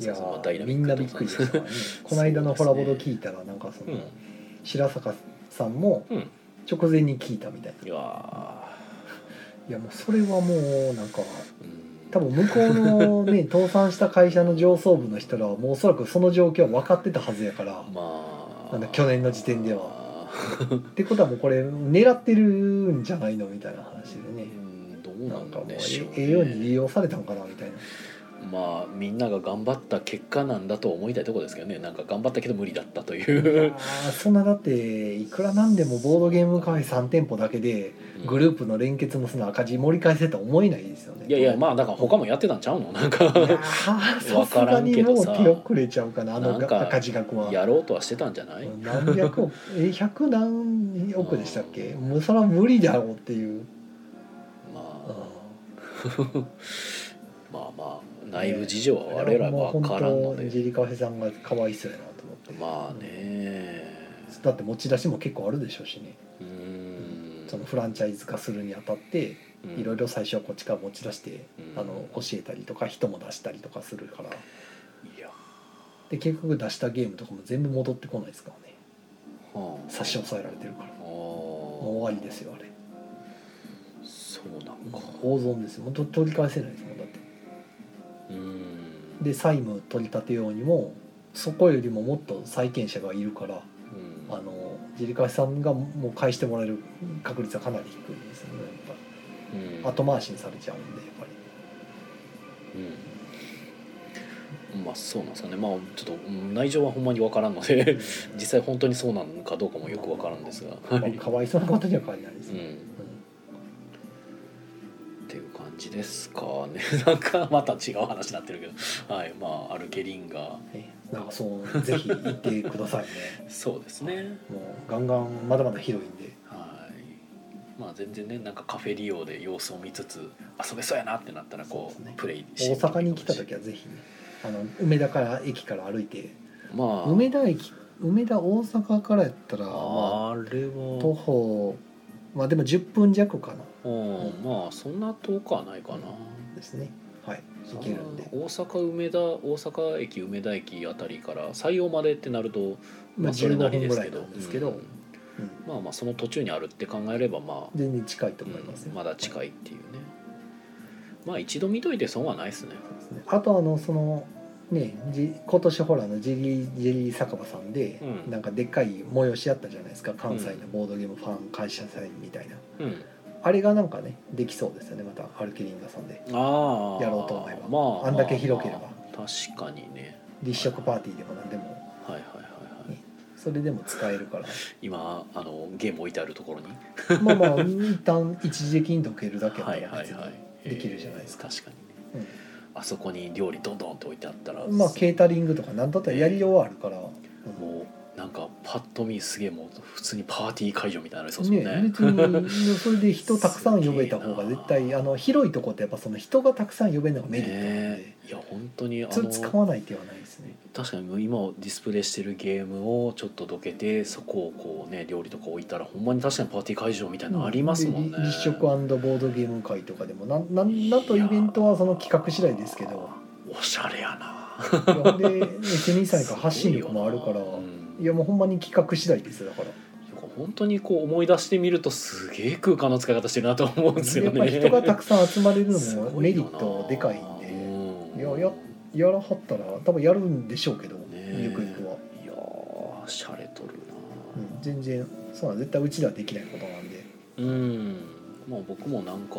や
そうそうまあダイナ
ーみ
ミ
ん
ッ
な
ク
びっくりでしたからねこ
そうですね
の間のホラボド聞いたらなんかその、白坂さんも
うん、うん、
直前に聞いたみたいない
やー
やもうそれはもうなん
う
か
ん
多分向こうのね倒産した会社の上層部の人らはもうおそらくその状況は分かってたはずやから
まあ
あの去年の時点では
は
ってことはもうこれ狙ってるんじゃないのみたいな話でね
どう
な
なん
か
ん
もう
でしょう、ね、
栄養に利用されたのかなみたいな
まあみんなが頑張った結果なんだと思いたいところですけどねなんか頑張ったけど無理だったとい
いや
う
ーそんなだっていくらなんでもボードゲームカフェ3店舗だけでグループの連結のその赤字盛り返せとは思えないですよね
いやいやまあだから他もやってたんちゃうのなんか
いやーさ
わ
す
から
が
ん
に
け
も
ど
う
さ
手遅れちゃうかなあの
なんか
赤字額は
やろうとはしてたんじゃない、
何百億え100何億でしたっけもうそれは無理だろうっていう
ま
あ
あ
ー
まあまあ内部事情は我ら
もう
分
本
からんの
当
で
ジェリカフェさんがかわいそうやなと思って
まあね
だって持ち出しも結構あるでしょうしね
うーん
そのフランチャイズ化するにあたって
うん
いろいろ最初はこっちから持ち出して
うん
あの教えたりとか人も出したりとかするから
いや、
で結局出したゲームとかも全部戻ってこないですからね
はあ、
差し押さえられてるから
あ
もう
ー
終わりですよあれ
そうなんか
大損ですよもうと取り返せないですもんだって
うーん
で債務取り立てようにもそこよりももっと債権者がいるから
うん
あのジェリカシさんがもう返してもらえる確率はかなり低いですよねやっ
うん
ぱ後回しにされちゃうんでやっぱ
う
り
んまあそうなんですかねまあちょっとうん内情はほんまに分からんので 実際本当にそうなのかどうかもよく分からんですが
ま
は
あ
い、
かわいそうなことには変わりないです
う
ね、
ん
う
っていう感じですかね なんかまた違う話になってるけどはいまあアルケリンが
んねなんかそうぜひ行ってくださいね
そうですね
もうガンガンまだまだ広いんで
はいまあ全然ねなんかカフェ利用で様子を見つつ遊べそうやなってなったらこ
そう
う
ですね
プレイして
大
みても
阪
いい
に
かも
来た
しれない
時はぜひねあの梅田から駅から歩いて
まあ
梅田駅梅田大阪からやったらまあ
あれは
徒歩まあでも10分弱か
う
な
んまあそんな遠くはないかな
ですねはい行けるんで
そんな大阪梅田大阪駅梅田駅あたりから採用までってなると
ま
ま
あ
あそれ
15
なり
分
で
ぐ
す
ら
け
いな
ど
んですけど、
うん
うん
まあまあその途中にあるって考えればまあ
全然近いと思いますね、
うんまだ近
い
いっていうねまあ一度見といて損はないですね
ですねあとあのそのねじ今年ほらのジェリージェリー酒場さんで、
うん
なんかでっかい催しあったじゃないですか関西のボードゲームファン会社祭みたいな、
うん、
あれがなんかねできそうですよねまたアルケリンガさんで
ああ
やろうと思えば
まあ
あんだけ広ければ
確かにね
立食パーティーでもなんでも
はいはいはいはい
ねそれでも使える から
今あのゲーム置いてあるところに
まあまあ一旦一時的にどけるだけだ
は
っ
い
たら
はい
別に
はい
できるじゃないですか、
えー確かにねあそこに料理どんどんと置いてあったら、
うんまあケータリングとかなんだったらやりようはあるから、うん
もうなんかパッと見すげえもう普通にパーティー会場みたいになりそうですもんね
ね、別にそれで人たくさん呼べた方が
す
絶
げえ
対
な
あの広いとこってやっぱその人がたくさん呼べるのがメリットなんで
ね、えいや本当にあ
普
の
通使わない手はないですね
確かに今ディスプレイしてるゲームをちょっとどけてそこをこうね料理とか置いたらほんまに確かにパーティー会場みたいなのありますもんね
で立食ボードゲーム会とかでもなんなんなんとイベントはその企画次第ですけど
おしゃれやな
いやほんで SNE さんから発信力もあるから
すごいよなうん
いやもうほんまに企画次第ですよだから
なんか本当にこう思い出してみるとすげえ空間の使い方してるなと思うんですよね。
やっぱ人がた
く
くさん集まれるのもメリットでかいんで
ん
いやややらはったら多分やるんでしょうけど、
え
ゆくゆくは、
いやーしゃれとる
う
な。
ん、全然そうなん絶対うちではできないことなんで
うん、まあ僕もなんか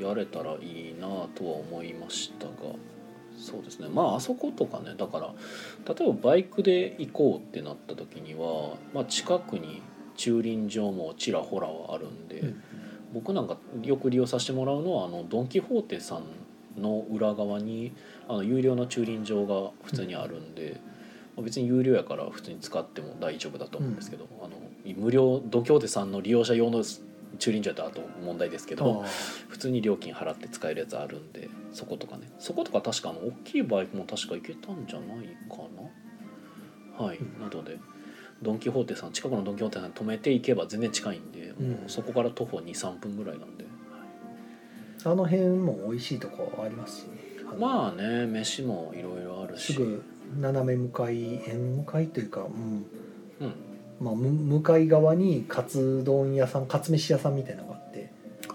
やれたらいいなとは思いましたが。そうですねまああそことかねだから例えばバイクで行こうってなった時には、まあ、近くに駐輪場もちらほらはあるんで、
うん
僕なんかよく利用させてもらうのはあのドン・キホーテさんの裏側にあの有料の駐輪場が普通にあるんで、まあ別に有料やから普通に使っても大丈夫だと思うんですけど、あの無料ドン・キホーテさんの利用者用の駐輪場だと問題ですけど普通に料金払って使えるやつあるんでそことかねそことか確かあの大きいバイクも確か行けたんじゃないかなはい、
うん
なのでドン・キホーテさん近くのドン・キホーテさんに止めていけば全然近いんで、
うん
もうそこから徒歩23分ぐらいなんで、
あの辺も美味しいとこありますしね
まあね飯もいろいろある
す
し
ぐ斜め向かい縁向かいというか、うん
うん、
まあ、む向かい側にカツ丼屋さんカツ飯屋さんみたいなのがあって
あー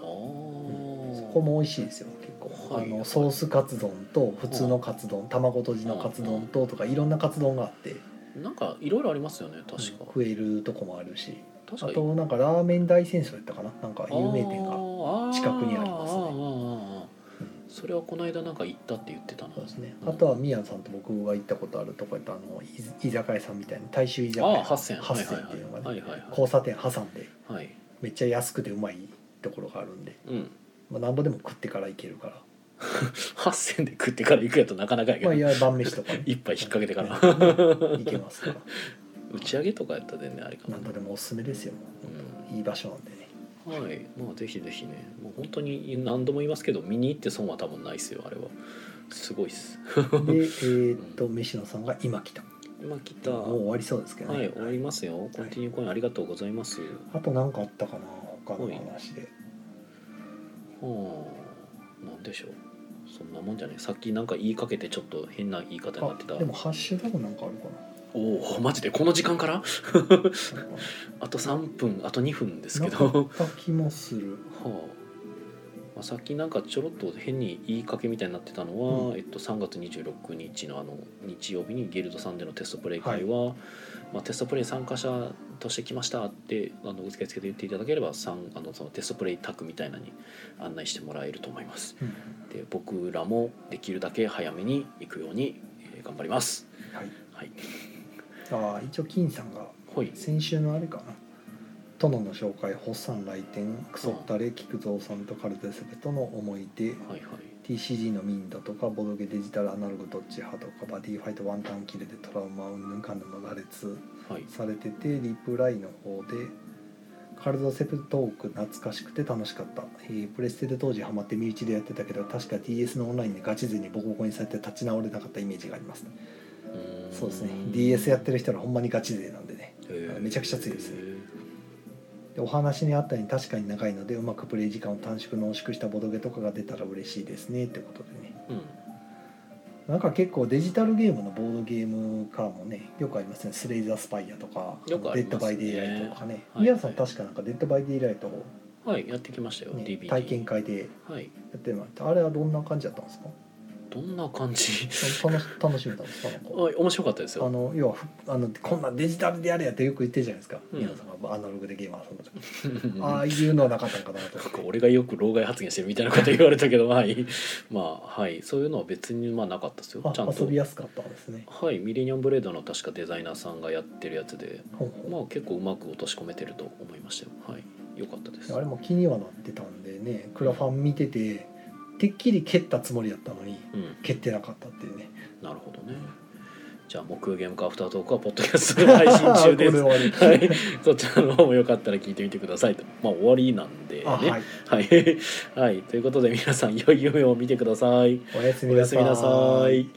そこも美味しいですよ結構、
はい
あのソースカツ丼と普通のカツ丼卵とじのカツ丼ととかいろんなカツ丼があって
なんかいろいろありますよね確か、
食えるとこもあるしあ
確か
となんかラーメン大戦争やったかななんか有名店が
が
近くにありますね
それはこの間なんか行ったって言ってたな
そうですねあとは宮野さんと僕が行ったことあるとこやったあのい居酒屋さんみたいな大衆居酒
ああ
屋
八千
八千っていうのがね、
はいはいはいはい
交差点挟んで
はい、はい
めっちゃ安くてうまいところがあるんで、
うん、
まあ、何度でも食ってから行けるから
8000で食ってから行くやとなかなかやけど、
まあ、いや晩飯とかね
一杯引っ掛けてから
うんいけますから
打ち上げとかやったら全然あれかも
何度でもおすすめですよ、
う
いい場所なんでね
はいまあぜひぜひねもう本当に何度も言いますけど見に行って損は多分ないですよあれはすごいっす
でえーっと飯野さんが今来た
今来た
もう終わりそうですけどね、
はい終わりますよコンティニューコインありがとうございます、
あと何かあったかな他の話で
はあなんでしょうそんなもんじゃねさっきなんか言いかけてちょっと変な言い方になってた
あでもハッシュタグなんかあるか
おおマジでこの時間から
ななんか
あと3分あと2分ですけ
なか
ど
った気もする
はあ、まあ、さっきなんかちょろっと変に言いかけみたいになってたのは、
うん
えっと、3月26日のあの日曜日にゲルドさんでのテストプレイ会は、まあ、テストプレイ参加者として来ましたってあの受付で言っていただければさんあのそのテストプレイタクみたいなのに案内してもらえると思います
うん
で僕らもできるだけ早めに行くように、えー頑張ります
はい
はい、
ああ一応金さんが
ほい
先週のあれかな殿の紹介「ホッサン来店クソったれ菊蔵さんとカルテスベとの思い出」
はいはい
TCG のミンだとかボドゲデジタルアナログどっち派とかバディファイトワンタンキルでトラウマうんぬんかんぬんの羅列
はい
されててリプライの方でカルドセプトーク懐かしくて楽しかった、えープレステで当時ハマって身内でやってたけど確か DS のオンラインでガチ勢にボコボコにされて立ち直れなかったイメージがあります
ーん
そうですね DS やってる人らほんまにガチ勢なんでね
へー
めちゃくちゃ強いですねでお話にあったように確かに長いのでうまくプレイ時間を短縮濃縮したボドゲとかが出たら嬉しいですねってことでね
うん
なんか結構デジタルゲームのボードゲームからもねよくありますね「スレイザースパイア」とか「
よくあ
デ
り
ッド・
ますね
バイ・デイライト」とかね
はい
宮野さん確かなんか「デッド・バイ・デイライト」を、
はいやってきましたよ、
ね
DVD
体験会でや
はい
ってもらってあれはどんな感じだったんですか
うどんな感じ
楽し楽しめたんですかなんか
あ面白かったです
あ
よ
の要はふあのこんなんデジタルでやれやってよく言ってるじゃないですか、
うん
皆さんがアナログでゲーム遊んだ時、あ
な
あいうのはなかったんかなと思っ
ん
て
か俺がよく老害発言してるみたいなこと言われたけど はいまあはいそういうのは別にまあなかったですよちゃ
あ
ん
遊
と
びやすかったんですね
はいミレニアムブレードの確かデザイナーさんがやってるやつで
ほうほう
まあ結構うまく落とし込めてると思いましたよはいよかったです
あれも気にはなってたんでねクラファン見てててっきり蹴ったつもりやったのに
うん
蹴ってなかったっていうね
なるほどねじゃあ木曜ゲームカーアフタートークはポッドキャストで配信中 です
これ 終わ
は
り
い、そちらの方もよかったら聞いてみてくださいと。まあ終わりなんでね。
あ
は、
はいい
はい、 ということで皆さん良い夢を見てください。
おやす
お
み
や
な
す
さ
みなさ
ーい
い。